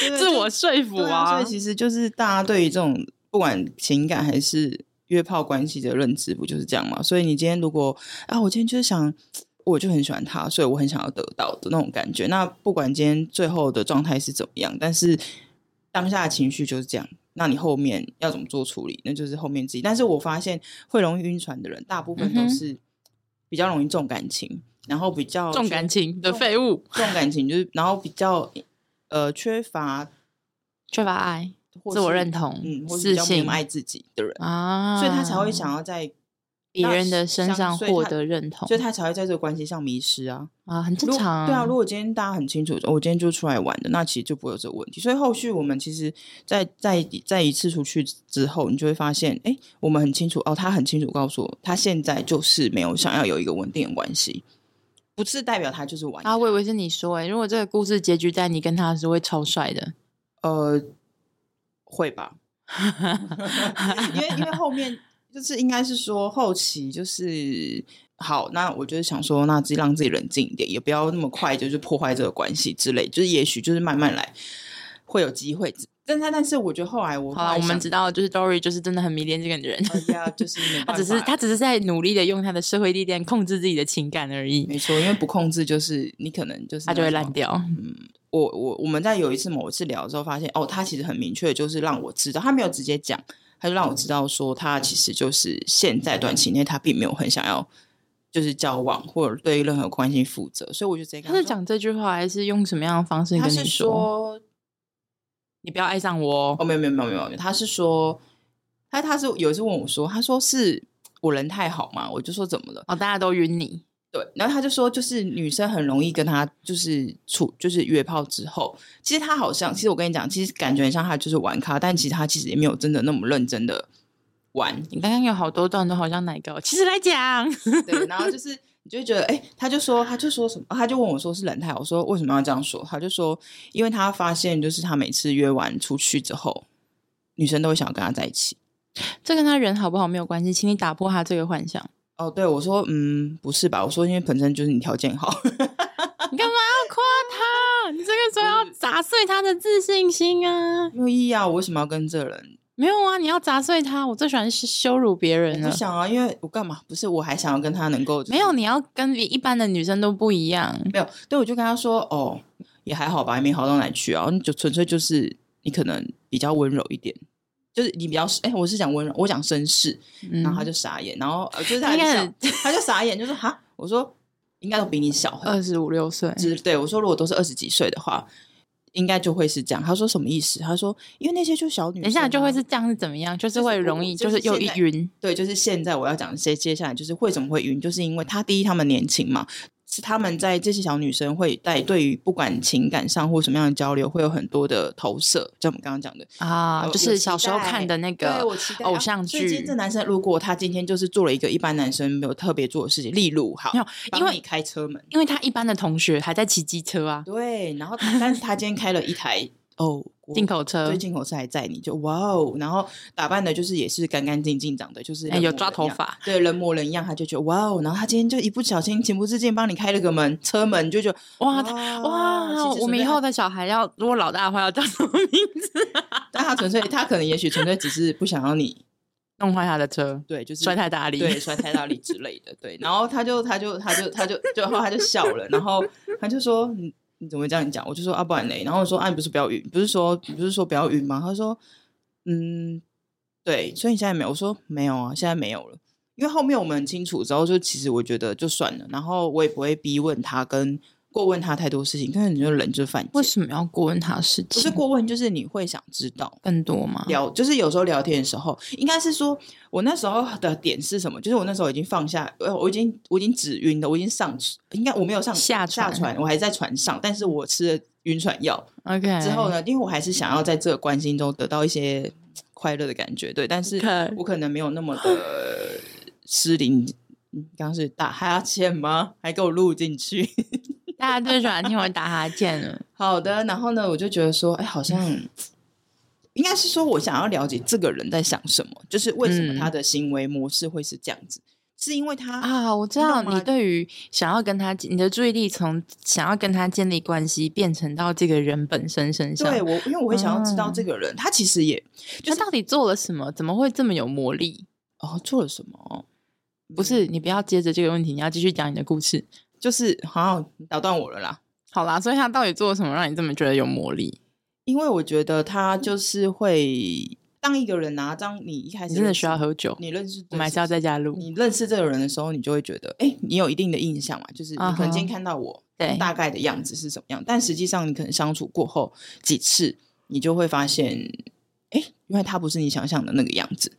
B: 对
A: 自我说服
B: 对啊。所以其实就是大家对于这种不管情感还是约炮关系的认知，不就是这样吗？所以你今天如果啊，我今天就是想。我就很喜欢他，所以我很想要得到的那种感觉。那不管今天最后的状态是怎么样，但是当下的情绪就是这样。那你后面要怎么做处理，那就是后面自己。但是我发现会容易晕船的人，大部分
A: 嗯
B: 都
A: 哼
B: 是比较容易重感情，然后比较
A: 重
B: 去
A: 感情的废物，
B: 这种感情就是，然后比较呃缺乏
A: 缺乏爱、
B: 或
A: 自我
B: 是
A: 认同、
B: 嗯，或是
A: 自
B: 比较没那
A: 信
B: 么爱自己的人，
A: 啊，
B: 所以他才会想要在，
A: 别人的身上
B: 相所以他
A: 获得认同
B: 所以他才会在这个关系上迷失啊。
A: 啊，很正
B: 如果
A: 常。
B: 对啊，如果今天大家很清楚，我今天就出来玩的，那其实就不会有这个问题。所以后续我们其实在，在在一次出去之后，你就会发现，哎，我们很清楚哦，他很清楚告诉我，他现在就是没有想要有一个稳定的关系，不是代表他就是玩
A: 啊，我以为是你说哎、如果这个故事结局在你跟他是会超帅的，
B: 呃，会吧，因为因为后面就是应该是说后期就是好，那我就是想说，那自己让自己冷静一点，也不要那么快就是破坏这个关系之类，就是也许就是慢慢来，会有机会。但但但是我觉得后来我
A: 好了，啊
B: 后来
A: 我们
B: 想
A: 知道，就是 Dory 就是真的很迷恋这个人，
B: 哎呀，就是没
A: 他
B: 办
A: 只是
B: 法
A: 他只是在努力的用他的社会力量控制自己的情感而已，
B: 没错，因为不控制就是你可能就是
A: 他就会
B: 那种
A: 烂掉。
B: 我我我们在有一次某一次聊的时候，发现哦，他其实很明确，就是让我知道，他没有直接讲，他就让我知道说，他其实就是现在短期内他并没有很想要就是交往或者对任何关系负责，所以我就直接跟
A: 他是
B: 说，
A: 讲这句话，还是用什么样的方式跟
B: 他
A: 你
B: 是说
A: 你不要爱上我哦
B: 哦，没有没有没有没有，他是说他他是有一次问我说，他说是我人太好嘛，我就说怎么了？
A: 哦，大家都晕你，。
B: 对，然后他就说，就是女生很容易跟他就是处就是约炮之后，其实他好像，其实我跟你讲，其实感觉很像他就是玩咖，但其实他其实也没有真的那么认真的玩
A: 你刚刚有好多段都好像奶狗， 其实来讲，
B: 对，然后就是你就会觉得，哎、他就说，他就说什么，他就问我说是人太好，我说为什么要这样说？他就说，因为他发现就是他每次约完出去之后，女生都会想要跟他在一起。
A: 这跟他人好不好没有关系，请你打破他这个幻 想。
B: 哦，对，我说，嗯，不是吧？我说，因为本身就是你条件好，
A: 你干嘛要夸他？你这个时候要砸碎他的自信心啊！
B: 没有意义啊，我为什么要跟这人
A: 没有啊，你要砸碎他，我最喜欢是羞辱别人
B: 我
A: 了
B: 不。想啊，因为我干嘛？不是，我还想要跟他能够、
A: 没有，你要跟一般的女生都不一样。
B: 没有，对，我就跟他说哦，也还好吧，也没好到哪去啊。就纯粹就是你可能比较温柔一点，就是你比较哎、我是讲温柔，我讲绅士，
A: 嗯
B: 然后他就傻眼，然后呃就是他
A: 他应该
B: 就笑他就傻眼，就说哈，我说应该都比你小很
A: 嗯二十五六岁，
B: 之对我说，如果都是二十几岁的话，应该就会是这样。他说什么意思？他说因为那些就是小女生啊，
A: 等一下就会是这样是怎么样？就是
B: 就是
A: 会
B: 我
A: 容易，
B: 就
A: 就是是又
B: 现
A: 一
B: 在
A: 晕，
B: 对，就是现在我要讲接接下来就是为什么会晕，就是因为他第一他们年轻嘛，是他们在这些小女生会在对于不管情感上或什么样的交流会有很多的投射，就我们刚刚讲的
A: 啊，
B: 我
A: 就
B: 我
A: 是
B: 哦期
A: 小时候看
B: 待
A: 的那
B: 对
A: 个
B: 我期待
A: 偶
B: 啊
A: 像
B: 所以今天
A: 剧
B: 这。男生如果他今天就是做了一个一般男生没有特别做的事情，例如好
A: 没有，因
B: 帮
A: 为
B: 你开车门，
A: 因为他一般的同学还在骑机车啊，
B: 对，然后他但是他今天开了一台哦。我
A: 进口车
B: 最，进口车还在你就哇哦，然后打扮的就是也是干干净净长的，就是
A: 哎
B: 人
A: 有
B: 模
A: 抓
B: 人
A: 头
B: 样
A: 发，
B: 对人模人样，他就觉得哇哦，然后他今天就一不小心情不自禁帮你开了个门车门，就觉得
A: 哇，他
B: 其实
A: 哇，我
B: 纯
A: 们
B: 粹
A: 以
B: 他
A: 后的小孩要如果老大的话要叫什么名字？啊
B: 但他纯粹他可能也许纯粹只是不想要你
A: 弄坏他的车，
B: 对，就是
A: 摔太大力，
B: 对，摔太大力之类的，对，然后他就他就他就他就就后来他就笑了，然后他就说你你怎么会这样讲？我就说啊不然嘞，然后我说啊你不是不要晕，不是说你不是说不要晕吗？他说嗯对，所以你现在没有，我说没有啊，现在没有了。因为后面我们很清楚之后，就其实我觉得就算了，然后我也不会逼问他跟过问他太多事情，但是你就人就犯
A: 为
B: 贱，
A: 什么要过问他的事
B: 不是
A: 情？
B: 过问就是你会想知道，
A: 更多吗？
B: 聊，就是有时候聊天的时候，应该是说我那时候的点是什么？就是我那时候已经放下，呃，我已经我已经止晕了，我已经上，应该我没有上
A: 下
B: 下
A: 船
B: 船，我还在船上，但是我吃了晕船药
A: OK，
B: 之后呢，因为我还是想要在这个关心中得到一些嗯快乐的感觉，对，但是
A: OK
B: 我可能没有那么的失灵。嗯刚刚是打哈欠吗？还给我录进去。
A: 大家最喜欢听我打哈欠了。
B: 好
A: 嗯
B: 的，然后呢，我就觉得说，哎，好像应该是说我想要了解这个人在想什么，就是为什么
A: 嗯
B: 他的行为模式会是这样子，是因为他
A: 啊，我知
B: 你懂
A: 道你
B: 吗
A: 对于想要跟他，你的注意力从想要跟他建立关系，变成到这个人本身身上。
B: 对我，因为我会想要知道
A: 嗯
B: 这个人，他其实也就是
A: 他到底做了什么？怎么会这么有魔力？
B: 哦做了什么，嗯
A: 不是，你不要接着这个问题，你要继续讲你的故事。
B: 就是好你打断我了啦。
A: 好啦，所以他到底做了什么，让你这么觉得有魔力？
B: 因为我觉得他就是会当一个人啊，当你一开
A: 你
B: 始
A: 真的
B: 认识
A: 需要喝酒，
B: 你认识
A: 我们还是要在家录。
B: 你认识这个人的时候，你就会觉得，哎、你有一定的印象嘛，就是你可
A: 啊哈
B: 能今天看到我
A: 对，
B: 大概的样子是什么样，但实际上你可能相处过后几次，你就会发现，哎、原来他不是你想象的那个样子。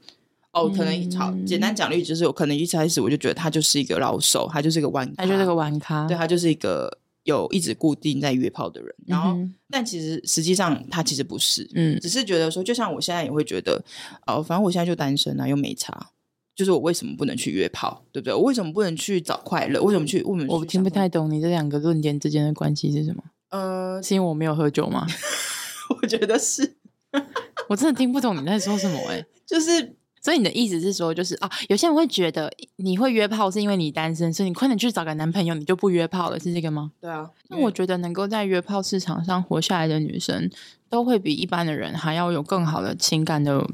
B: 哦，可能
A: 嗯
B: 好简单讲例子，就是我可能一开始我就觉得他就是一个老手，他就是一个玩咖，
A: 他就是个玩咖。
B: 对他就是一个有一直固定在约炮的人。然后，
A: 嗯
B: 但其实实际上他其实不是，
A: 哼嗯，
B: 只是觉得说，就像我现在也会觉得，哦，反正我现在就单身啊，又没差。就是我为什么不能去约炮，对不对？我为什么不能去找快乐？为什么去？为什么去
A: 我听不
B: 享受
A: 太懂你这两个论点之间的关系是什么？
B: 呃，
A: 是因为我没有喝酒吗？
B: 我觉得是，
A: 我真的听不懂你在说什么哎、
B: 就是
A: 所以你的意思是说，就是啊，有些人会觉得你会约炮是因为你单身，所以你快点去找个男朋友，你就不约炮了，是这个吗？
B: 对啊。
A: 那我觉得能够在约炮市场上活下来的女生，都会比一般的人还要有更好的情感的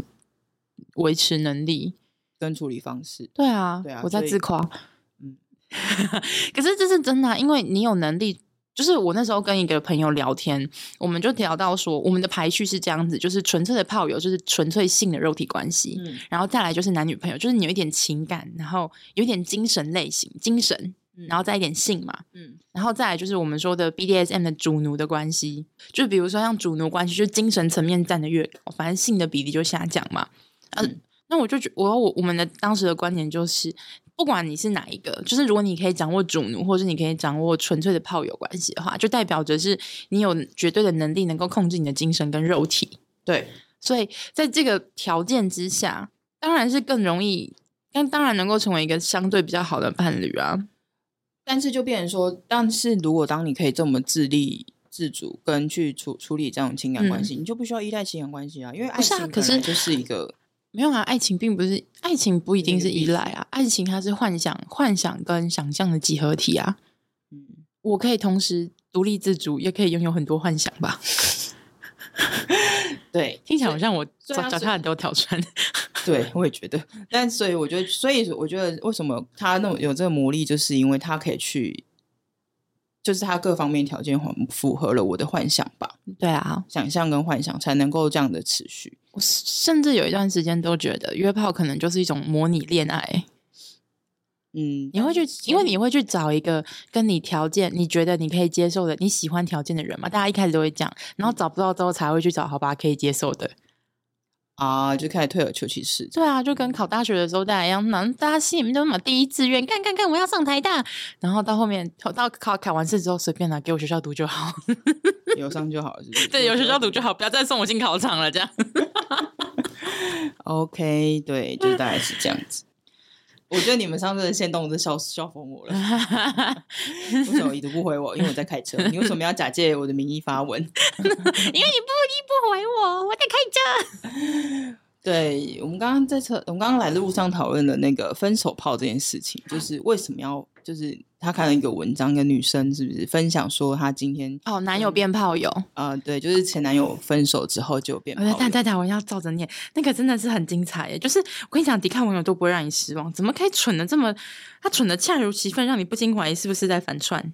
A: 维持能力。
B: 跟处理方式，
A: 对啊，
B: 对啊
A: 我在
B: 所以
A: 自夸。嗯
B: 嗯，
A: 可是这是真的啊、因为你有能力。就是我那时候跟一个朋友聊天，我们就聊到说，我们的排序是这样子，就是纯粹的炮友，就是纯粹性的肉体关系，
B: 嗯
A: 然后再来就是男女朋友，就是你有一点情感，然后有一点精神类型，精神，
B: 嗯
A: 然后再一点性嘛，
B: 嗯
A: 然后再来就是我们说的 BDSM 的主奴的关系，就比如说像主奴关系，就精神层面占的越高，反正性的比例就下降嘛。呃、
B: 嗯
A: 那我就觉我我我们的当时的观点就是，不管你是哪一个，就是如果你可以掌握主奴，或是你可以掌握纯粹的炮友关系的话，就代表着是你有绝对的能力能够控制你的精神跟肉体。
B: 对，
A: 所以在这个条件之下，当然是更容易，但当然能够成为一个相对比较好的伴侣啊。
B: 但是就变成说，但是如果当你可以这么自立自主，跟去处处理这种情感关系，你就不需要依赖情感关系啊，因为
A: 嗯
B: 爱
A: 不是
B: 情
A: 啊可
B: 本来
A: 是
B: 就是一个
A: 没有啊，爱情并不是爱情，不一定
B: 嗯
A: 是依赖啊，爱情它是幻想、幻想跟想象的集合体啊。
B: 嗯，
A: 我可以同时独立自主，也可以拥有很多幻想吧。
B: 对啊
A: 听起来好像我
B: 所以
A: 脚
B: 它
A: 脚
B: 是
A: 踏很多条船。
B: 对，我也觉得。但所以我觉得，所以我觉得为什么他那种有这个魔力，就是因为他可以去就是他各方面条件很符合了我的幻想吧，
A: 对啊，
B: 想象跟幻想才能够这样的持续。
A: 我甚至有一段时间都觉得约炮可能就是一种模拟恋爱。
B: 嗯，
A: 你会去，因为你会去找一个跟你条件你觉得你可以接受的、你喜欢条件的人嘛？大家一开始都会这样，然后找不到之后才会去找好吧可以接受的。
B: 啊，就开始退而求其 次。
A: 对啊，就跟考大学的时候大家一样，然后大家心里面都满第一志愿，干干干，我要上台大。然后到后面到考考完试之后，随便拿给我学校读就好，
B: 有上就好了是不是。
A: 对，有学校读就好，不要再送我进考场了，这样。
B: OK，对，就大概是这样子。我觉得你们上次的线动都笑笑疯我了。为什么已读不回我？因为我在开车。你为什么要假借我的名义发文？
A: 因为你不你不回我，我在开
B: 车。对我们刚刚在车，我们刚刚来的路上讨论的那个分手炮这件事情，就是为什么要，就是他看了一个文章，跟女生是不是分享说她今天
A: 哦男友变炮友
B: 啊、呃？对，就是前男友分手之后就变炮友。
A: 哦大家我要照着念，那个真的是很精彩耶！就是我跟你讲，迪卡网友都不会让你失望，怎么可以蠢的这么？他蠢的恰如其分，让你不禁怀疑是不是在反串，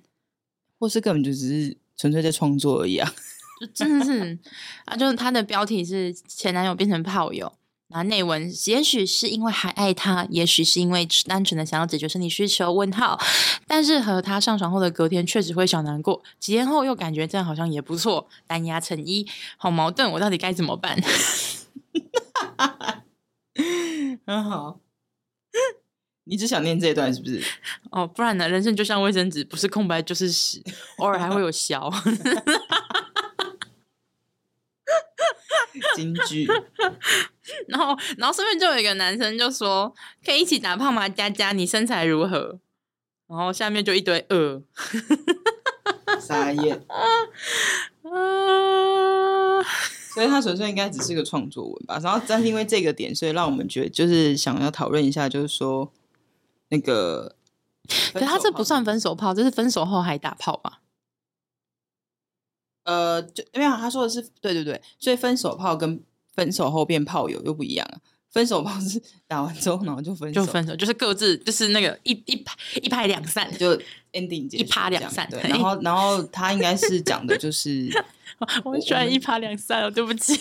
B: 或是根本就只是纯粹在创作而已啊！
A: 就真的是啊，就是他的标题是前男友变成炮友，然后内文也许是因为还爱他，也许是因为单纯的想要解决身体需求。问号，但是和他上床后的隔天确实会小难过，几天后又感觉这样好像也不错，单压成一，好矛盾，我到底该怎么办？
B: 很好，你只想念这一段是不是？
A: 哦，不然呢？人生就像卫生纸，不是空白就是屎，偶尔还会有消。
B: 京剧，
A: 然后，然后身边就有一个男生就说：“可以一起打炮吗？”佳佳，你身材如何？然后下面就一堆呃，
B: 傻眼
A: 啊！
B: 所以他纯粹应该只是个创作文吧。然后但是因为这个点，所以让我们觉得就是想要讨论一下，就是说那个，
A: 可他这不算分手炮，这是分手后还打炮吧？
B: 呃，就没有他说的是对对对，所以分手炮跟分手后变炮友又不一样啊。分手炮是打完之后然后就分
A: 就
B: 手，
A: 分手，就是各自就是那个一一拍一拍两散，
B: 就 ending
A: 一拍两散。
B: 对，然后然后他应该是讲的就是
A: 我喜欢一拍两散哦，对不起。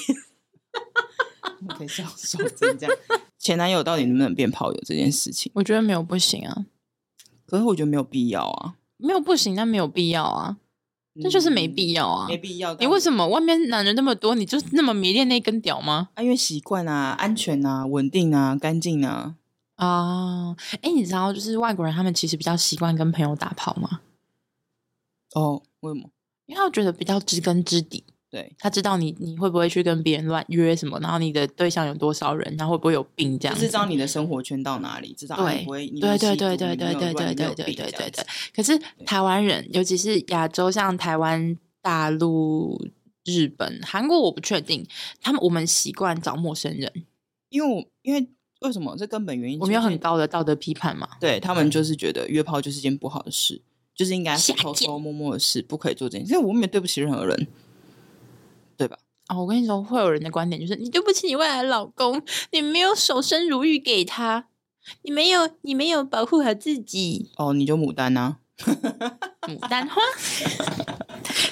B: 我可以笑笑成这样。前男友到底能不能变炮友这件事情，
A: 我觉得没有不行啊，
B: 可是我觉得没有必要啊，
A: 没有不行，但没有必要啊。这就是没必要啊！
B: 嗯、没必要。
A: 你为什么外面男人那么多，你就那么迷恋那根屌吗？
B: 啊，因为习惯啊、安全啊、稳定啊、干净啊。
A: 啊，哎，你知道就是外国人他们其实比较习惯跟朋友打炮吗？
B: 哦，为什么？
A: 因为他觉得比较知根知底，
B: 对
A: 他知道你你会不会去跟别人乱约什么，然后你的对象有多少人，然后会不会有病这样。
B: 知道你的生活圈到哪里，知道哎
A: 对对对对对对对对对对对对对。可是台湾人，尤其是亚洲，像台湾、大陆、日本、韩国，我不确定，他们我们习惯找陌生人，
B: 因为我因为为什么这根本原因、就是，
A: 我们有很嗯高的道德批判嘛。
B: 对他们就是觉得约炮就是件不好的事，就是应该偷偷摸摸的事，不可以做这件事。因为我们也对不起任何人。对吧？
A: 哦，我跟你说，会有人的观点就是，你对不起你未来老公，你没有守身如玉给他，你没有，你没有保护好自己。
B: 哦，你就牡丹呐、
A: 啊，牡丹花，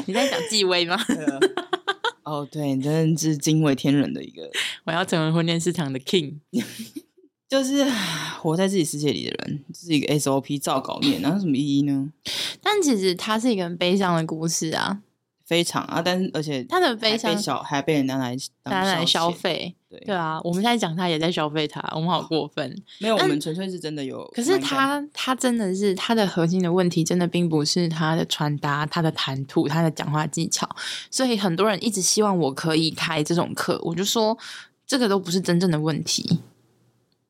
A: 你在讲继威吗？
B: 啊哦，对，你真的是惊为天人的一个。
A: 我要成为婚恋市场的 king，
B: 就是活在自己世界里的人，就是一个 SOP 照稿念，然后什么意义呢？
A: 但其实它是一个很悲伤的故事啊。
B: 非常啊，但是而且
A: 他的悲伤
B: 小还被人家来
A: 拿来消费，
B: 对
A: 对啊，我们现在讲他也在消费他，我们好过分。
B: 没有，我们纯粹是真的有。
A: 可是他他真的是他的核心的问题，真的并不是他的穿搭、他的谈吐、他的讲话技巧，所以很多人一直希望我可以开这种课，我就说这个都不是真正的问题。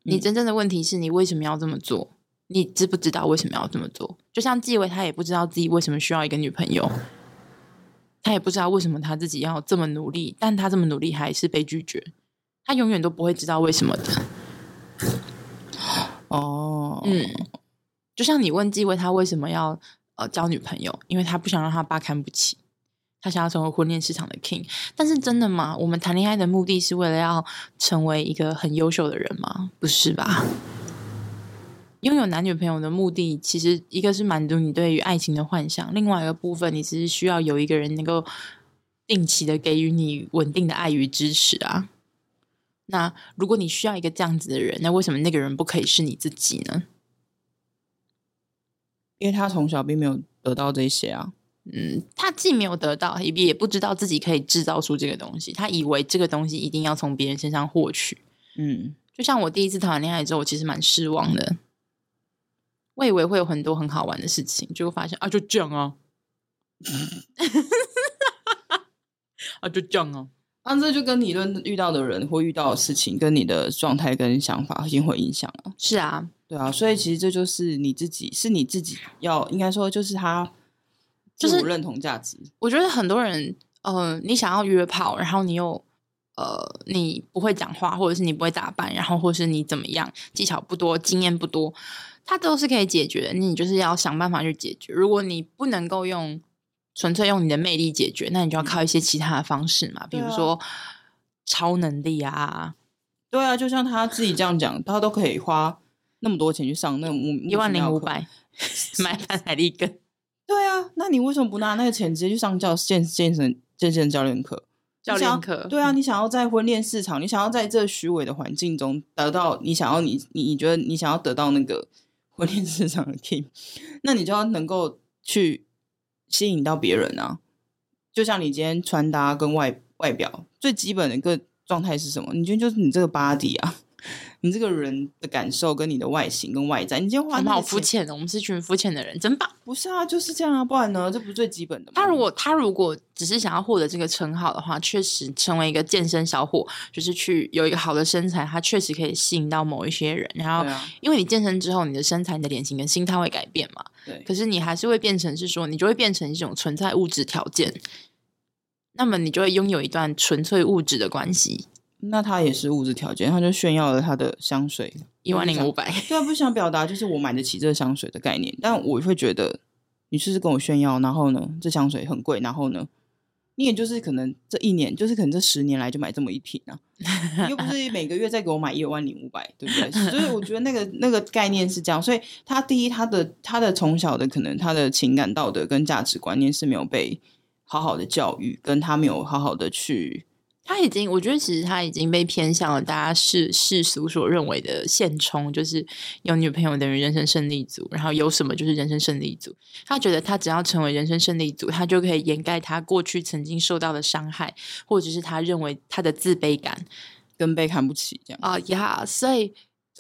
A: 你真正的问题是你为什么要这么做？你知不知道为什么要这么做？就像纪委，他也不知道自己为什么需要一个女朋友。他也不知道为什么他自己要这么努力，但他这么努力还是被拒绝，他永远都不会知道为什么的。
B: 哦，
A: 嗯，就像你问纪薇他为什么要呃交女朋友，因为他不想让他爸看不起，他想要成为婚恋市场的 king。但是真的吗？我们谈恋爱的目的是为了要成为一个很优秀的人吗？不是吧？拥有男女朋友的目的，其实一个是满足你对于爱情的幻想，另外一个部分，你只是需要有一个人能够定期的给予你稳定的爱与支持啊。那如果你需要一个这样子的人，那为什么那个人不可以是你自己呢？
B: 因为他从小并没有得到这些啊。
A: 嗯，他既没有得到，也也不知道自己可以制造出这个东西。他以为这个东西一定要从别人身上获取。
B: 嗯，
A: 就像我第一次谈完恋爱之后，我其实蛮失望的。我以为会有很多很好玩的事情，结果发现啊，就这样 啊，啊，就这样啊。
B: 那、啊、这就跟你论遇到的人或遇到的事情，跟你的状态跟想法一定会影响啊。
A: 是啊，
B: 对啊，所以其实这就是你自己，是你自己要应该说就是他。
A: 就是
B: 认同价值，
A: 我觉得很多人，呃，你想要约炮，然后你又，呃，你不会讲话，或者是你不会打扮，然后或是你怎么样，技巧不多，经验不多，它都是可以解决。你就是要想办法去解决。如果你不能够用纯粹用你的魅力解决，那你就要靠一些其他的方式嘛，比如说、啊、超能力啊，
B: 对啊，就像他自己这样讲，他都可以花那么多钱去上那
A: 一万零五百 买盘海利根。
B: 对啊，那你为什么不拿那个钱直接去上教健健身健身教练课？
A: 教练课嗯
B: 对啊，你想要在婚恋市场，你想要在这虚伪的环境中得到你想要你你你觉得你想要得到那个 婚恋市场的 king，那 你就要能够去吸引到别人啊。就像你今天穿搭跟外外表最基本的一个状态是什么？你觉得就是你这个 body 啊。 你这个人的感受跟你的外形跟外在，你今天花
A: 我们好肤浅哦的，我们是群肤浅的人，真棒！
B: 不是啊，就是这样啊，不然呢？这不是最基本的吗？
A: 他如果他如果只是想要获得这个称号的话，确实成为一个健身小伙，就是去有一个好的身材，他确实可以吸引到某一些人。然后，
B: 啊、
A: 因为你健身之后，你的身材、你的脸型跟心态会改变嘛。
B: 对。
A: 可是你还是会变成是说，你就会变成一种存在物质条件，那么你就会拥有一段纯粹物质的关系。
B: 那他也是物质条件，他就炫耀了他的香水
A: 一万零五百。
B: 对啊，不想表达就是我买得起这香水的概念，但我会觉得你是不是跟我炫耀？然后呢，这香水很贵，然后呢，你也就是可能这一年，就是可能这十年来就买这么一瓶啊，你又不是每个月再给我买一万零五百，对不对？所以我觉得那个那个概念是这样，所以他第一，他的他的从小的可能他的情感道德跟价值观念是没有被好好的教育，跟他没有好好的去。
A: 他已经，我觉得其实他已经被偏向了大家世世俗所认为的现充，就是有女朋友等于人生胜利组，然后有什么就是人生胜利组。他觉得他只要成为人生胜利组，他就可以掩盖他过去曾经受到的伤害，或者是他认为他的自卑感
B: 跟被看不起这样
A: 啊呀。Uh, yeah, 所以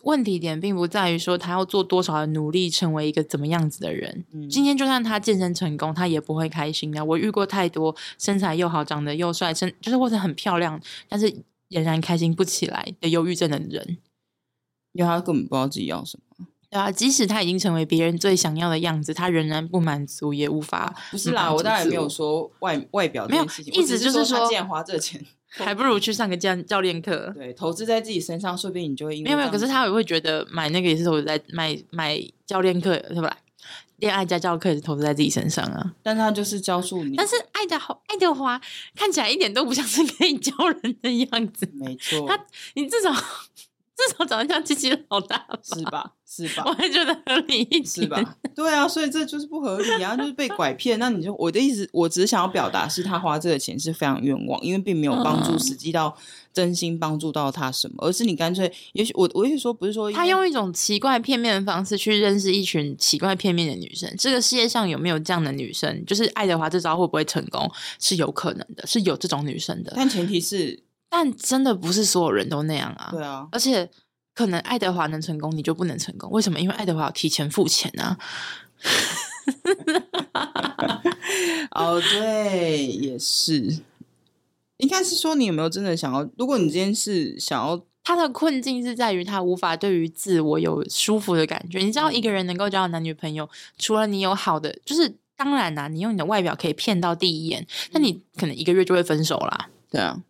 A: 问题点并不在于说他要做多少的努力成为一个怎么样子的人。
B: 嗯、
A: 今天就算他健身成功，他也不会开心的。我遇过太多身材又好、长得又帅、身就是或者很漂亮，但是仍然开心不起来的忧郁症的人，
B: 因为他根本不知道自己要什么。
A: 对啊，即使他已经成为别人最想要的样子，他仍然不满足，也无法。
B: 不是啦，我当然没有说外外表
A: 没有，意思就是
B: 说，既然花 这钱。
A: 还不如去上个教教练课。
B: 对，投资在自己身上，说不定你就会因为
A: 没有没有。可是他也会觉得买那个也是投资在买买教练课，对不啦？恋爱家教课也是投资在自己身上啊。
B: 但他就是教诉你。
A: 但是爱的好，爱的花看起来一点都不像是可以教人的样子。
B: 没错，
A: 他你至少至少长得像机器老大吧？
B: 是 吧？是吧？
A: 我还觉得合理一点。
B: 是 吧？对啊，所以这就是不合理啊，就是被拐骗。那你就我的意思，我只是想要表达是他花这个钱是非常冤枉，因为并没有帮
A: 嗯
B: 助实际到真心帮助到他什么，而是你干脆，也许我我也说不是说
A: 他用一种奇怪片面的方式去认识一群奇怪片面的女生。这个世界上有没有这样的女生？就是爱德华这招会不会成功是有可能的，是有这种女生的，
B: 但前提是，
A: 但真的不是所有人都那样啊。
B: 对啊，
A: 而且。可能爱德华能成功，你就不能成功，为什么？因为爱德华提前付钱啊！
B: 哦，对，也是，应该是说你有没有真的想要？如果你今天是想要，
A: 他的困境是在于他无法对于自我有舒服的感觉。你知道，一个人能够交到男女朋友，除了你有好的，就是当然啦、啊，你用你的外表可以骗到第一眼，那、嗯、你可能一个月就会分手啦。
B: 对啊。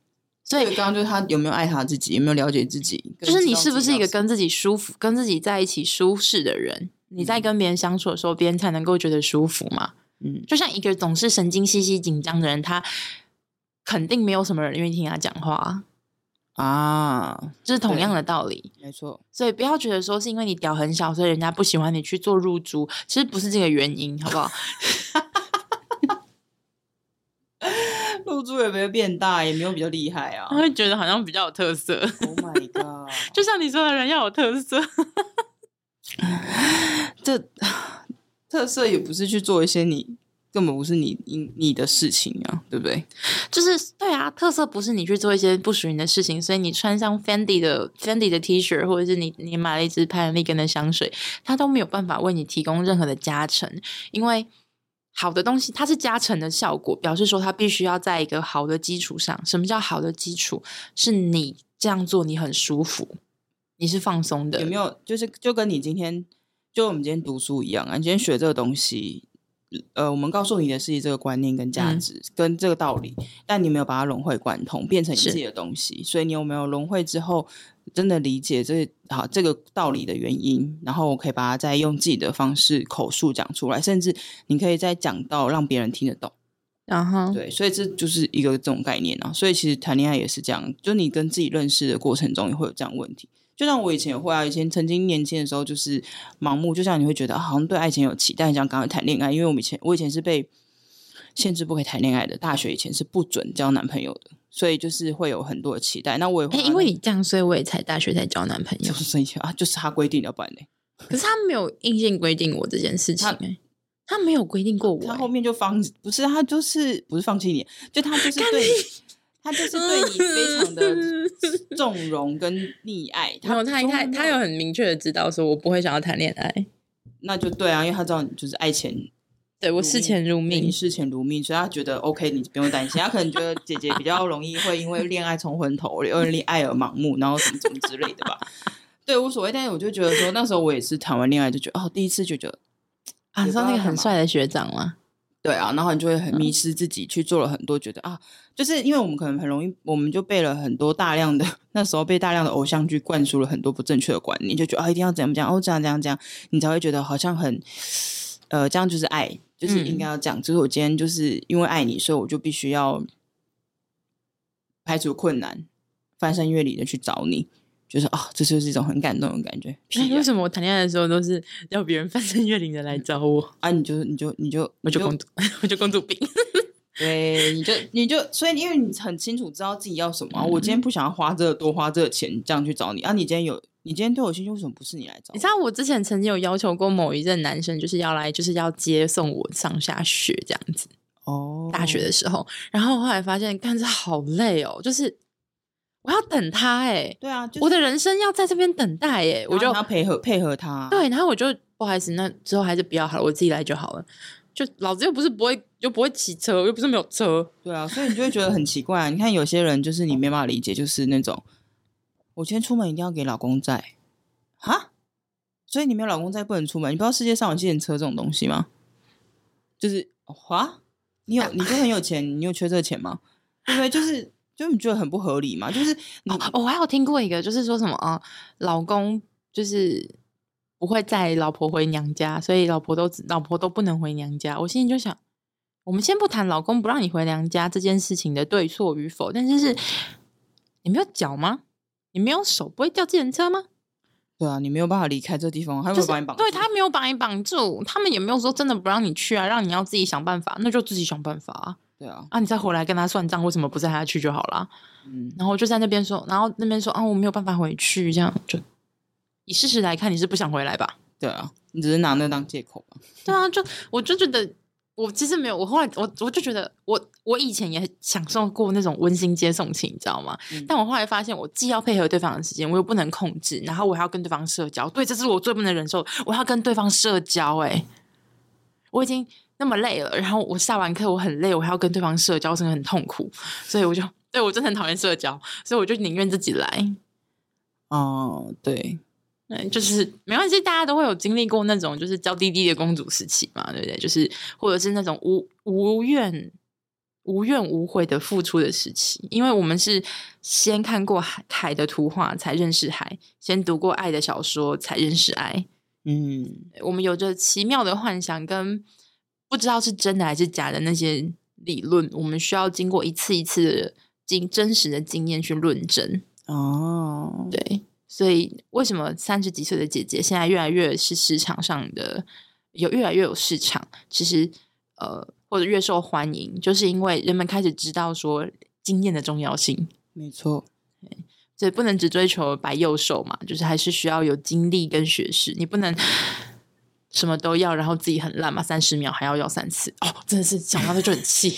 A: 所以，
B: 刚刚就是他有没有爱他自己，有没有了解自己，
A: 就是你是不是一个跟自己舒服、跟自己在一起舒适的人？你在跟别人相处的时候，别人才能够觉得舒服嘛。
B: 嗯，
A: 就像一个总是神经兮兮、紧张的人，他肯定没有什么人愿意听他讲话
B: 啊。啊，
A: 就是同样的道理。
B: 没错，
A: 所以不要觉得说是因为你屌很小，所以人家不喜欢你去做入猪，其实不是这个原因，好不好？
B: 露珠也没有变大，也没有比较厉害啊
A: 他。会觉得好像比较有特色，
B: Oh my god！
A: 就像你说的人要有特色，
B: 这特色也不是去做一些你根本不是你你你的事情啊，对不对？
A: 就是对啊，特色不是你去做一些不属于你的事情，所以你穿上 Fendi 的 Fendi 的 T 恤，或者是你你买了一支潘丽根的香水，它都没有办法为你提供任何的加成，因为。好的东西，它是加成的效果，表示说它必须要在一个好的基础上。什么叫好的基础？是你这样做你很舒服，你是放松的
B: 有，没有就是就跟你今天就我们今天读书一样啊？你今天学这个东西，呃，我们告诉你的是这个观念跟
A: 嗯
B: 价值、跟这个道理，但你没有把它融会贯通，变成你
A: 是
B: 自己的东西。所以你有没有融会之后，真的理解这好这个道理的原因，然后我可以把它再用自己的方式口述讲出来，甚至你可以再讲到让别人听得懂。
A: 然后
B: 对，所以这就是一个这种概念啊。所以其实谈恋爱也是这样，就你跟自己认识的过程中也会有这样的问题。就像我以前也会啊，以前曾经年轻的时候就是盲目，就像你会觉得、啊好像对爱情有期待，很想赶快谈恋爱。因为我们以前我以前是被限制不可以谈恋爱的，大学以前是不准交男朋友的，所以就是会有很多的期待。那我也会
A: 哎、
B: 啊、
A: 因为你这样，所以我也才大学才交男朋
B: 就
A: 友。
B: 是以前啊，就是他规定的，要不然呢？
A: 可是他没有硬性规定我这件事情、
B: 他
A: 欸，他没有规定过我、
B: 他
A: 欸
B: 后面就放，不是他就是不是放弃你，就他就是对你，他就是对你非常 的纵容跟溺爱。
A: 没有，他
B: 从
A: 他
B: 来没
A: 他有很明确的知道说我不会想要谈恋爱，
B: 那就对啊，因为他知道你就是爱钱，
A: 对我视钱如
B: 对你
A: 命，
B: 视钱如命，所以他觉得 OK，你不用担心。他可能觉得姐姐比较容易会因为恋爱冲昏头，因为恋爱而盲目，然后什么什么之类的吧。 对，无所谓。但是我就觉得说，那时候我也是谈完恋爱就觉得，哦，第一次就觉得
A: 啊，你知道那
B: 也
A: 个
B: 不知道
A: 很
B: 干嘛
A: 帅的学长吗？
B: 对啊，然后你就会很
A: 嗯
B: 迷失自己，去做了很多觉得啊，就是因为我们可能很容易，我们就被了很多大量的 那时候被大量的偶像剧灌输了很多不正确的观念，就觉得啊一定要怎样怎样哦这样这样这样，你才会觉得好像很呃这样就是爱，就是
A: 嗯
B: 应该要这样。就是我今天就是因为爱你，所以我就必须要排除困难，翻山越岭的去找你，就是啊这就是一种很感动的感觉。
A: 哎、
B: 屁啊
A: 为什么我谈恋爱的时候都是要别人翻山越岭的来找我？
B: 啊你就你就你就
A: 我
B: 你
A: 就
B: 就
A: 公主，我就公主 病。
B: 对，你就你就，所以因为你很清楚知道自己要什么啊、我
A: 嗯
B: 今天不想要花这个多花这个钱这样去找你啊，你今天有你今天对我有兴趣，为什么不是你来找
A: 你
B: 我
A: 知？道我之前曾经有要求过某一任男生，就是要来，就是要接送我上下学这样子，
B: 哦，
A: 大学的时候。然后后来发现，干这好累哦，就是我要等他哎、
B: 对啊，就是、
A: 我的人生要在这边等待哎、我
B: 然
A: 就
B: 后你要配合配合他，，啊
A: 对，然后我就不好意思，那之后还是不要好了，我自己来就好了。就老子又不是不会，又不会骑车，又不是没有车，
B: 对啊，所以你就会觉得很奇怪、你看有些人就是你没办法理解，就是那种我今天出门一定要给老公在哈，所以你没有老公在不能出门，你不知道世界上有计程车这种东西吗？就是哇，你有你就很有钱，你有缺这个钱吗？对不对？就是。就你觉得很不合理嘛？就是你
A: 哦，我还有听过一个，就是说什么啊、老公就是不会载老婆回娘家，所以老婆都只老婆都不能回娘家。我心里就想，我们先不谈老公不让你回娘家这件事情的对错与否，但是是你没有脚吗？你没有手不会掉自行车吗？
B: 对啊，你没有办法离开这地方，他
A: 就
B: 会
A: 是
B: 把你绑住。
A: 对他没有把你绑住，他们也没有说真的不让你去啊，让你要自己想办法，那就自己想办法啊。
B: 对啊，
A: 啊，你再回来跟他算账，为什么不带他去就好啦？
B: 嗯，
A: 然后就在那边说，然后那边说啊，我没有办法回去，这样就以事实来看，你是不想回来吧？
B: 对啊，你只是拿那当借口吧。
A: 对啊，就我就觉得，我其实没有，我后来我我就觉得我，我以前也享受过那种温馨接送情，你知道吗？
B: 嗯
A: 但我后来发现，我既要配合对方的时间，我又不能控制，然后我还要跟对方社交，对，这是我最不能忍受，我要跟对方社交、欸，我已经那么累了，然后我下完课我很累，我还要跟对方社交，真的很痛苦，所以我就对我真的很讨厌社交，所以我就宁愿自己来。
B: 哦，对，
A: 对，就是没关系，大家都会有经历过那种就是娇滴滴的公主时期嘛，对不对？就是或者是那种无无怨无怨无悔的付出的时期，因为我们是先看过海海的图画才认识海，先读过爱的小说才认识爱。
B: 嗯，
A: 对我们有着奇妙的幻想跟不知道是真的还是假的那些理论，我们需要经过一次一次的经真实的经验去论证。
B: 啊、哦，
A: 对，所以为什么三十几岁的姐姐现在越来越是市场上的有越来越有市场？其实呃，或者越受欢迎，就是因为人们开始知道说经验的重要性。
B: 没错，
A: 所以不能只追求白幼瘦嘛，就是还是需要有经历跟学识。你不能 什么都要，然后自己很烂嘛，三十秒还要要三次哦，真的是想到他就很气。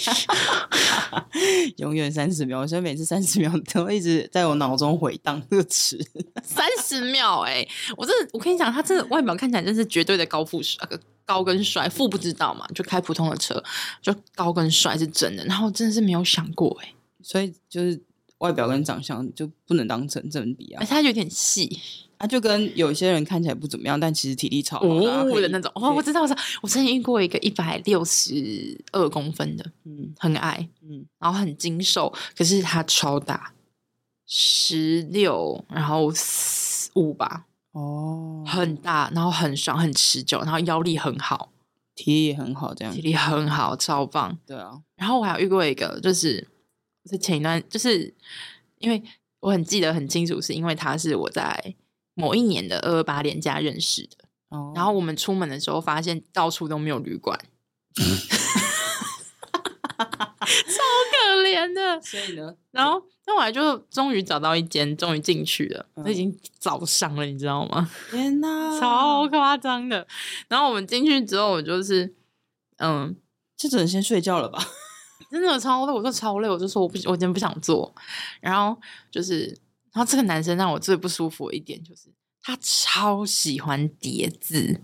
B: 永远三十秒，所以每次三十秒都一直在我脑中回荡这个词。
A: 三十秒、欸，哎，我真的，我跟你讲，他真的外表看起来真是绝对的高富帅，呃高跟帅，富不知道嘛，就开普通的车，就高跟帅是真的。然后真的是没有想过、欸，哎，
B: 所以就是外表跟长相就不能当成正比啊。
A: 而且他有点细，
B: 他、啊、就跟有些人看起来不怎么样，但其实体力超好、啊
A: 哦、的那种。哦，我知道，我知道，我曾经遇过一个一百六十二公分的，嗯，很矮，嗯，然后很精瘦，可是他超大，十六，然后五吧，
B: 哦，
A: 很大，然后很爽，很持久，然后腰力很好，
B: 体力也很好，这样
A: 体力很好，超棒。
B: 对啊，
A: 然后我还有遇过一个，就是在前一段，就是因为我很记得很清楚，是因为他是我在。某一年的二二八年假认识的，oh.
B: 哦
A: 然后我们出门的时候发现到处都没有旅馆， 超可怜的。
B: 所以呢，
A: 然后那我来就终于找到一间，终于进去了。那、嗯、已经早上了，你知道吗？
B: 天哪，
A: 超夸张的。然后我们进去之后，我就是嗯，
B: 就只能先睡觉了吧？
A: 真的超累，我说超累，我就说我不，我今天不想做。然后就是。然后这个男生让我最不舒服一点就是，他超喜欢叠字。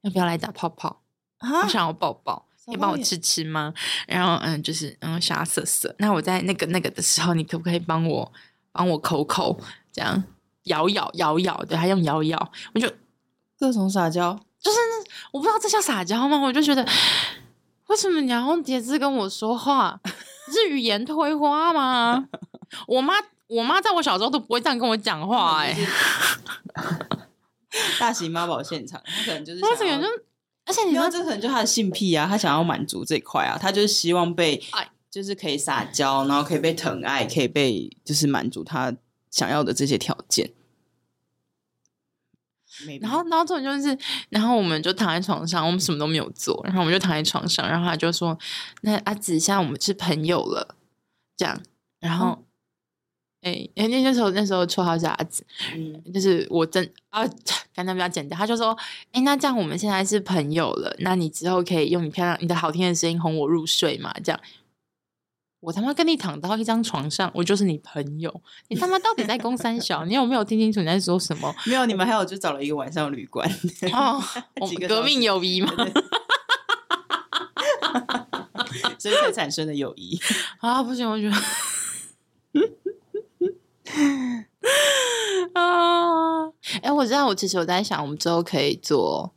A: 要不要来打泡泡？我想要抱抱，啊
B: 啊
A: 你帮我吃吃吗？然后嗯，就是嗯，想要色色。那我在那个那个的时候，你可不可以帮我帮我口口这样咬咬咬咬？对，还用咬咬，我就
B: 各种撒娇，
A: 就是我不知道这叫撒娇吗？我就觉得为什么你要用叠字跟我说话？是语言退化吗？我妈。我妈在我小时候都不会这样跟我讲话哎、欸，
B: 大型妈宝现场，她可能就是
A: 她可能就，而且你知道，
B: 这可能就她的性癖啊，她想要满足这块啊，她就是希望被，就是可以撒娇，然后可以被疼爱，可以被就是满足她想要的这些条件。
A: 然后，然后重点就是，然后我们就躺在床上，我们什么都没有做，然后我们就躺在床上，然后他就说：“那阿紫，现在我们是朋友了。”这样，然后。嗯哎、欸，哎、欸，那那时候那时候绰号是阿紫，嗯、就是我真啊，感觉比较简单。他就说，哎、欸，那这样我们现在是朋友了，那你之后可以用你漂亮、你的好听的声音哄我入睡嘛？这样，我他妈跟你躺到一张床上，我就是你朋友，你他妈到底在攻三小？你有没有听清楚你在说什么？
B: 没有，你们还有就找了一个晚上旅 馆
A: 哦，我们革命友谊嘛。
B: 所以才产生的友谊
A: 啊！不行，我觉得。啊！哎呃，我知道，我其实有在想，我们之后可以做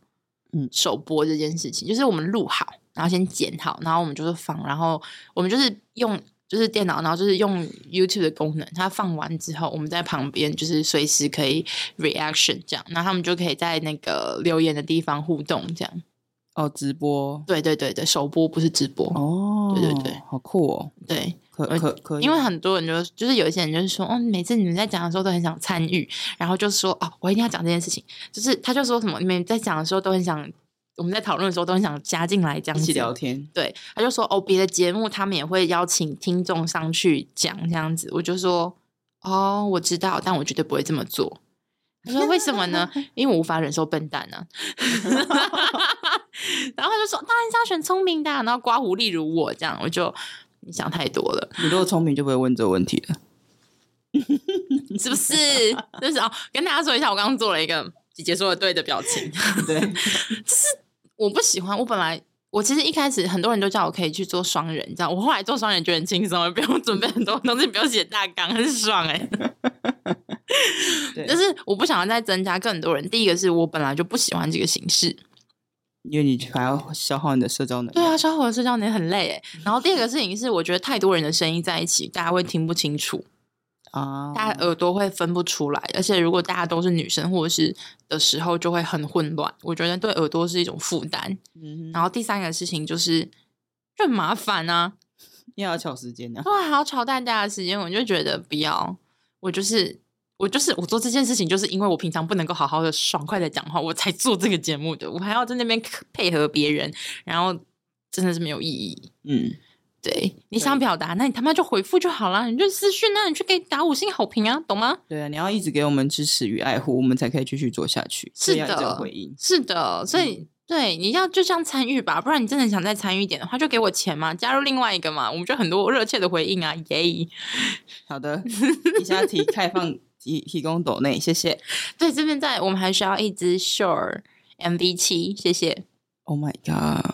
A: 嗯首播这件事情，就是我们录好，然后先剪好，然后我们就是放，然后我们就是用就是电脑，然后就是用 YouTube 的功能，它放完之后，我们在旁边就是随时可以 reaction 这样，然后他们就可以在那个留言的地方互动这样。
B: 哦，直播？
A: 对对对对，首播不是直播
B: 哦，
A: 对对对，
B: 好酷哦，
A: 对。
B: 可可可以，
A: 因为很多人就就是有一些人就是说，哦，每次你们在讲的时候都很想参与，然后就说，哦，我一定要讲这件事情，就是他就说什么，你们在讲的时候都很想，我们在讨论的时候都很想加进来这样
B: 一起聊天，
A: 对，他就说，哦，别的节目他们也会邀请听众上去讲这样子，我就说，哦，我知道，但我绝对不会这么做。他说：“为什么呢？因为我无法忍受笨蛋啊！” 然后他就说：“当然是要选聪明的、啊。”然后刮胡，例如我这样，我就。你想太多了。
B: 你如果聪明，就不会问这个问题了，
A: 是不是？ 就是哦，跟大家说一下，我刚刚做了一个姐姐说的 对的表情。
B: 对，
A: 就是我不喜欢。我本来我其实一开始很多人都叫我可以去做双人，这样我后来做双人觉得很轻松，不用准备很多东西，不用写大纲，很爽哎、欸。 就是我不想要再增加更多人。第一个是我本来就不喜欢这个形式。
B: 因为你还要消耗你的社交能力，
A: 对啊，消耗我的社交能力很累哎。然后第二个事情是，我觉得太多人的声音在一起，大家会听不清楚
B: 啊，oh.
A: 大家耳朵会分不出来。而且如果大家都是女生或者是的时候，就会很混乱。我觉得对耳朵是一种负担。嗯、然后第三个事情就是就很麻烦啊，
B: 又要抢时间呢、啊，
A: 哇，还要抢大家的时间，我就觉得不要。我就是我就是我做这件事情，就是因为我平常不能够好好的爽快的讲话，我才做这个节目的，我还要在那边配合别人，然后真的是没有意义。
B: 嗯，
A: 对，你想表达，那你他妈就回复就好啦，你就私讯啊，你去给打五星好评啊，懂吗？
B: 对啊，你要一直给我们支持与爱护，我们才可以继续做下去。
A: 是
B: 所以要一直有
A: 的，
B: 回应。
A: 是的，所以。对，你要就这样参与吧，不然你真的想再参与一点的话，就给我钱嘛，加入另外一个嘛，我们就很多热切的回应啊，耶、
B: 好的，以下提开放提提供抖内，谢谢。
A: 对，这边在我们还需要一支 Sure MV 七，谢谢。
B: Oh my god！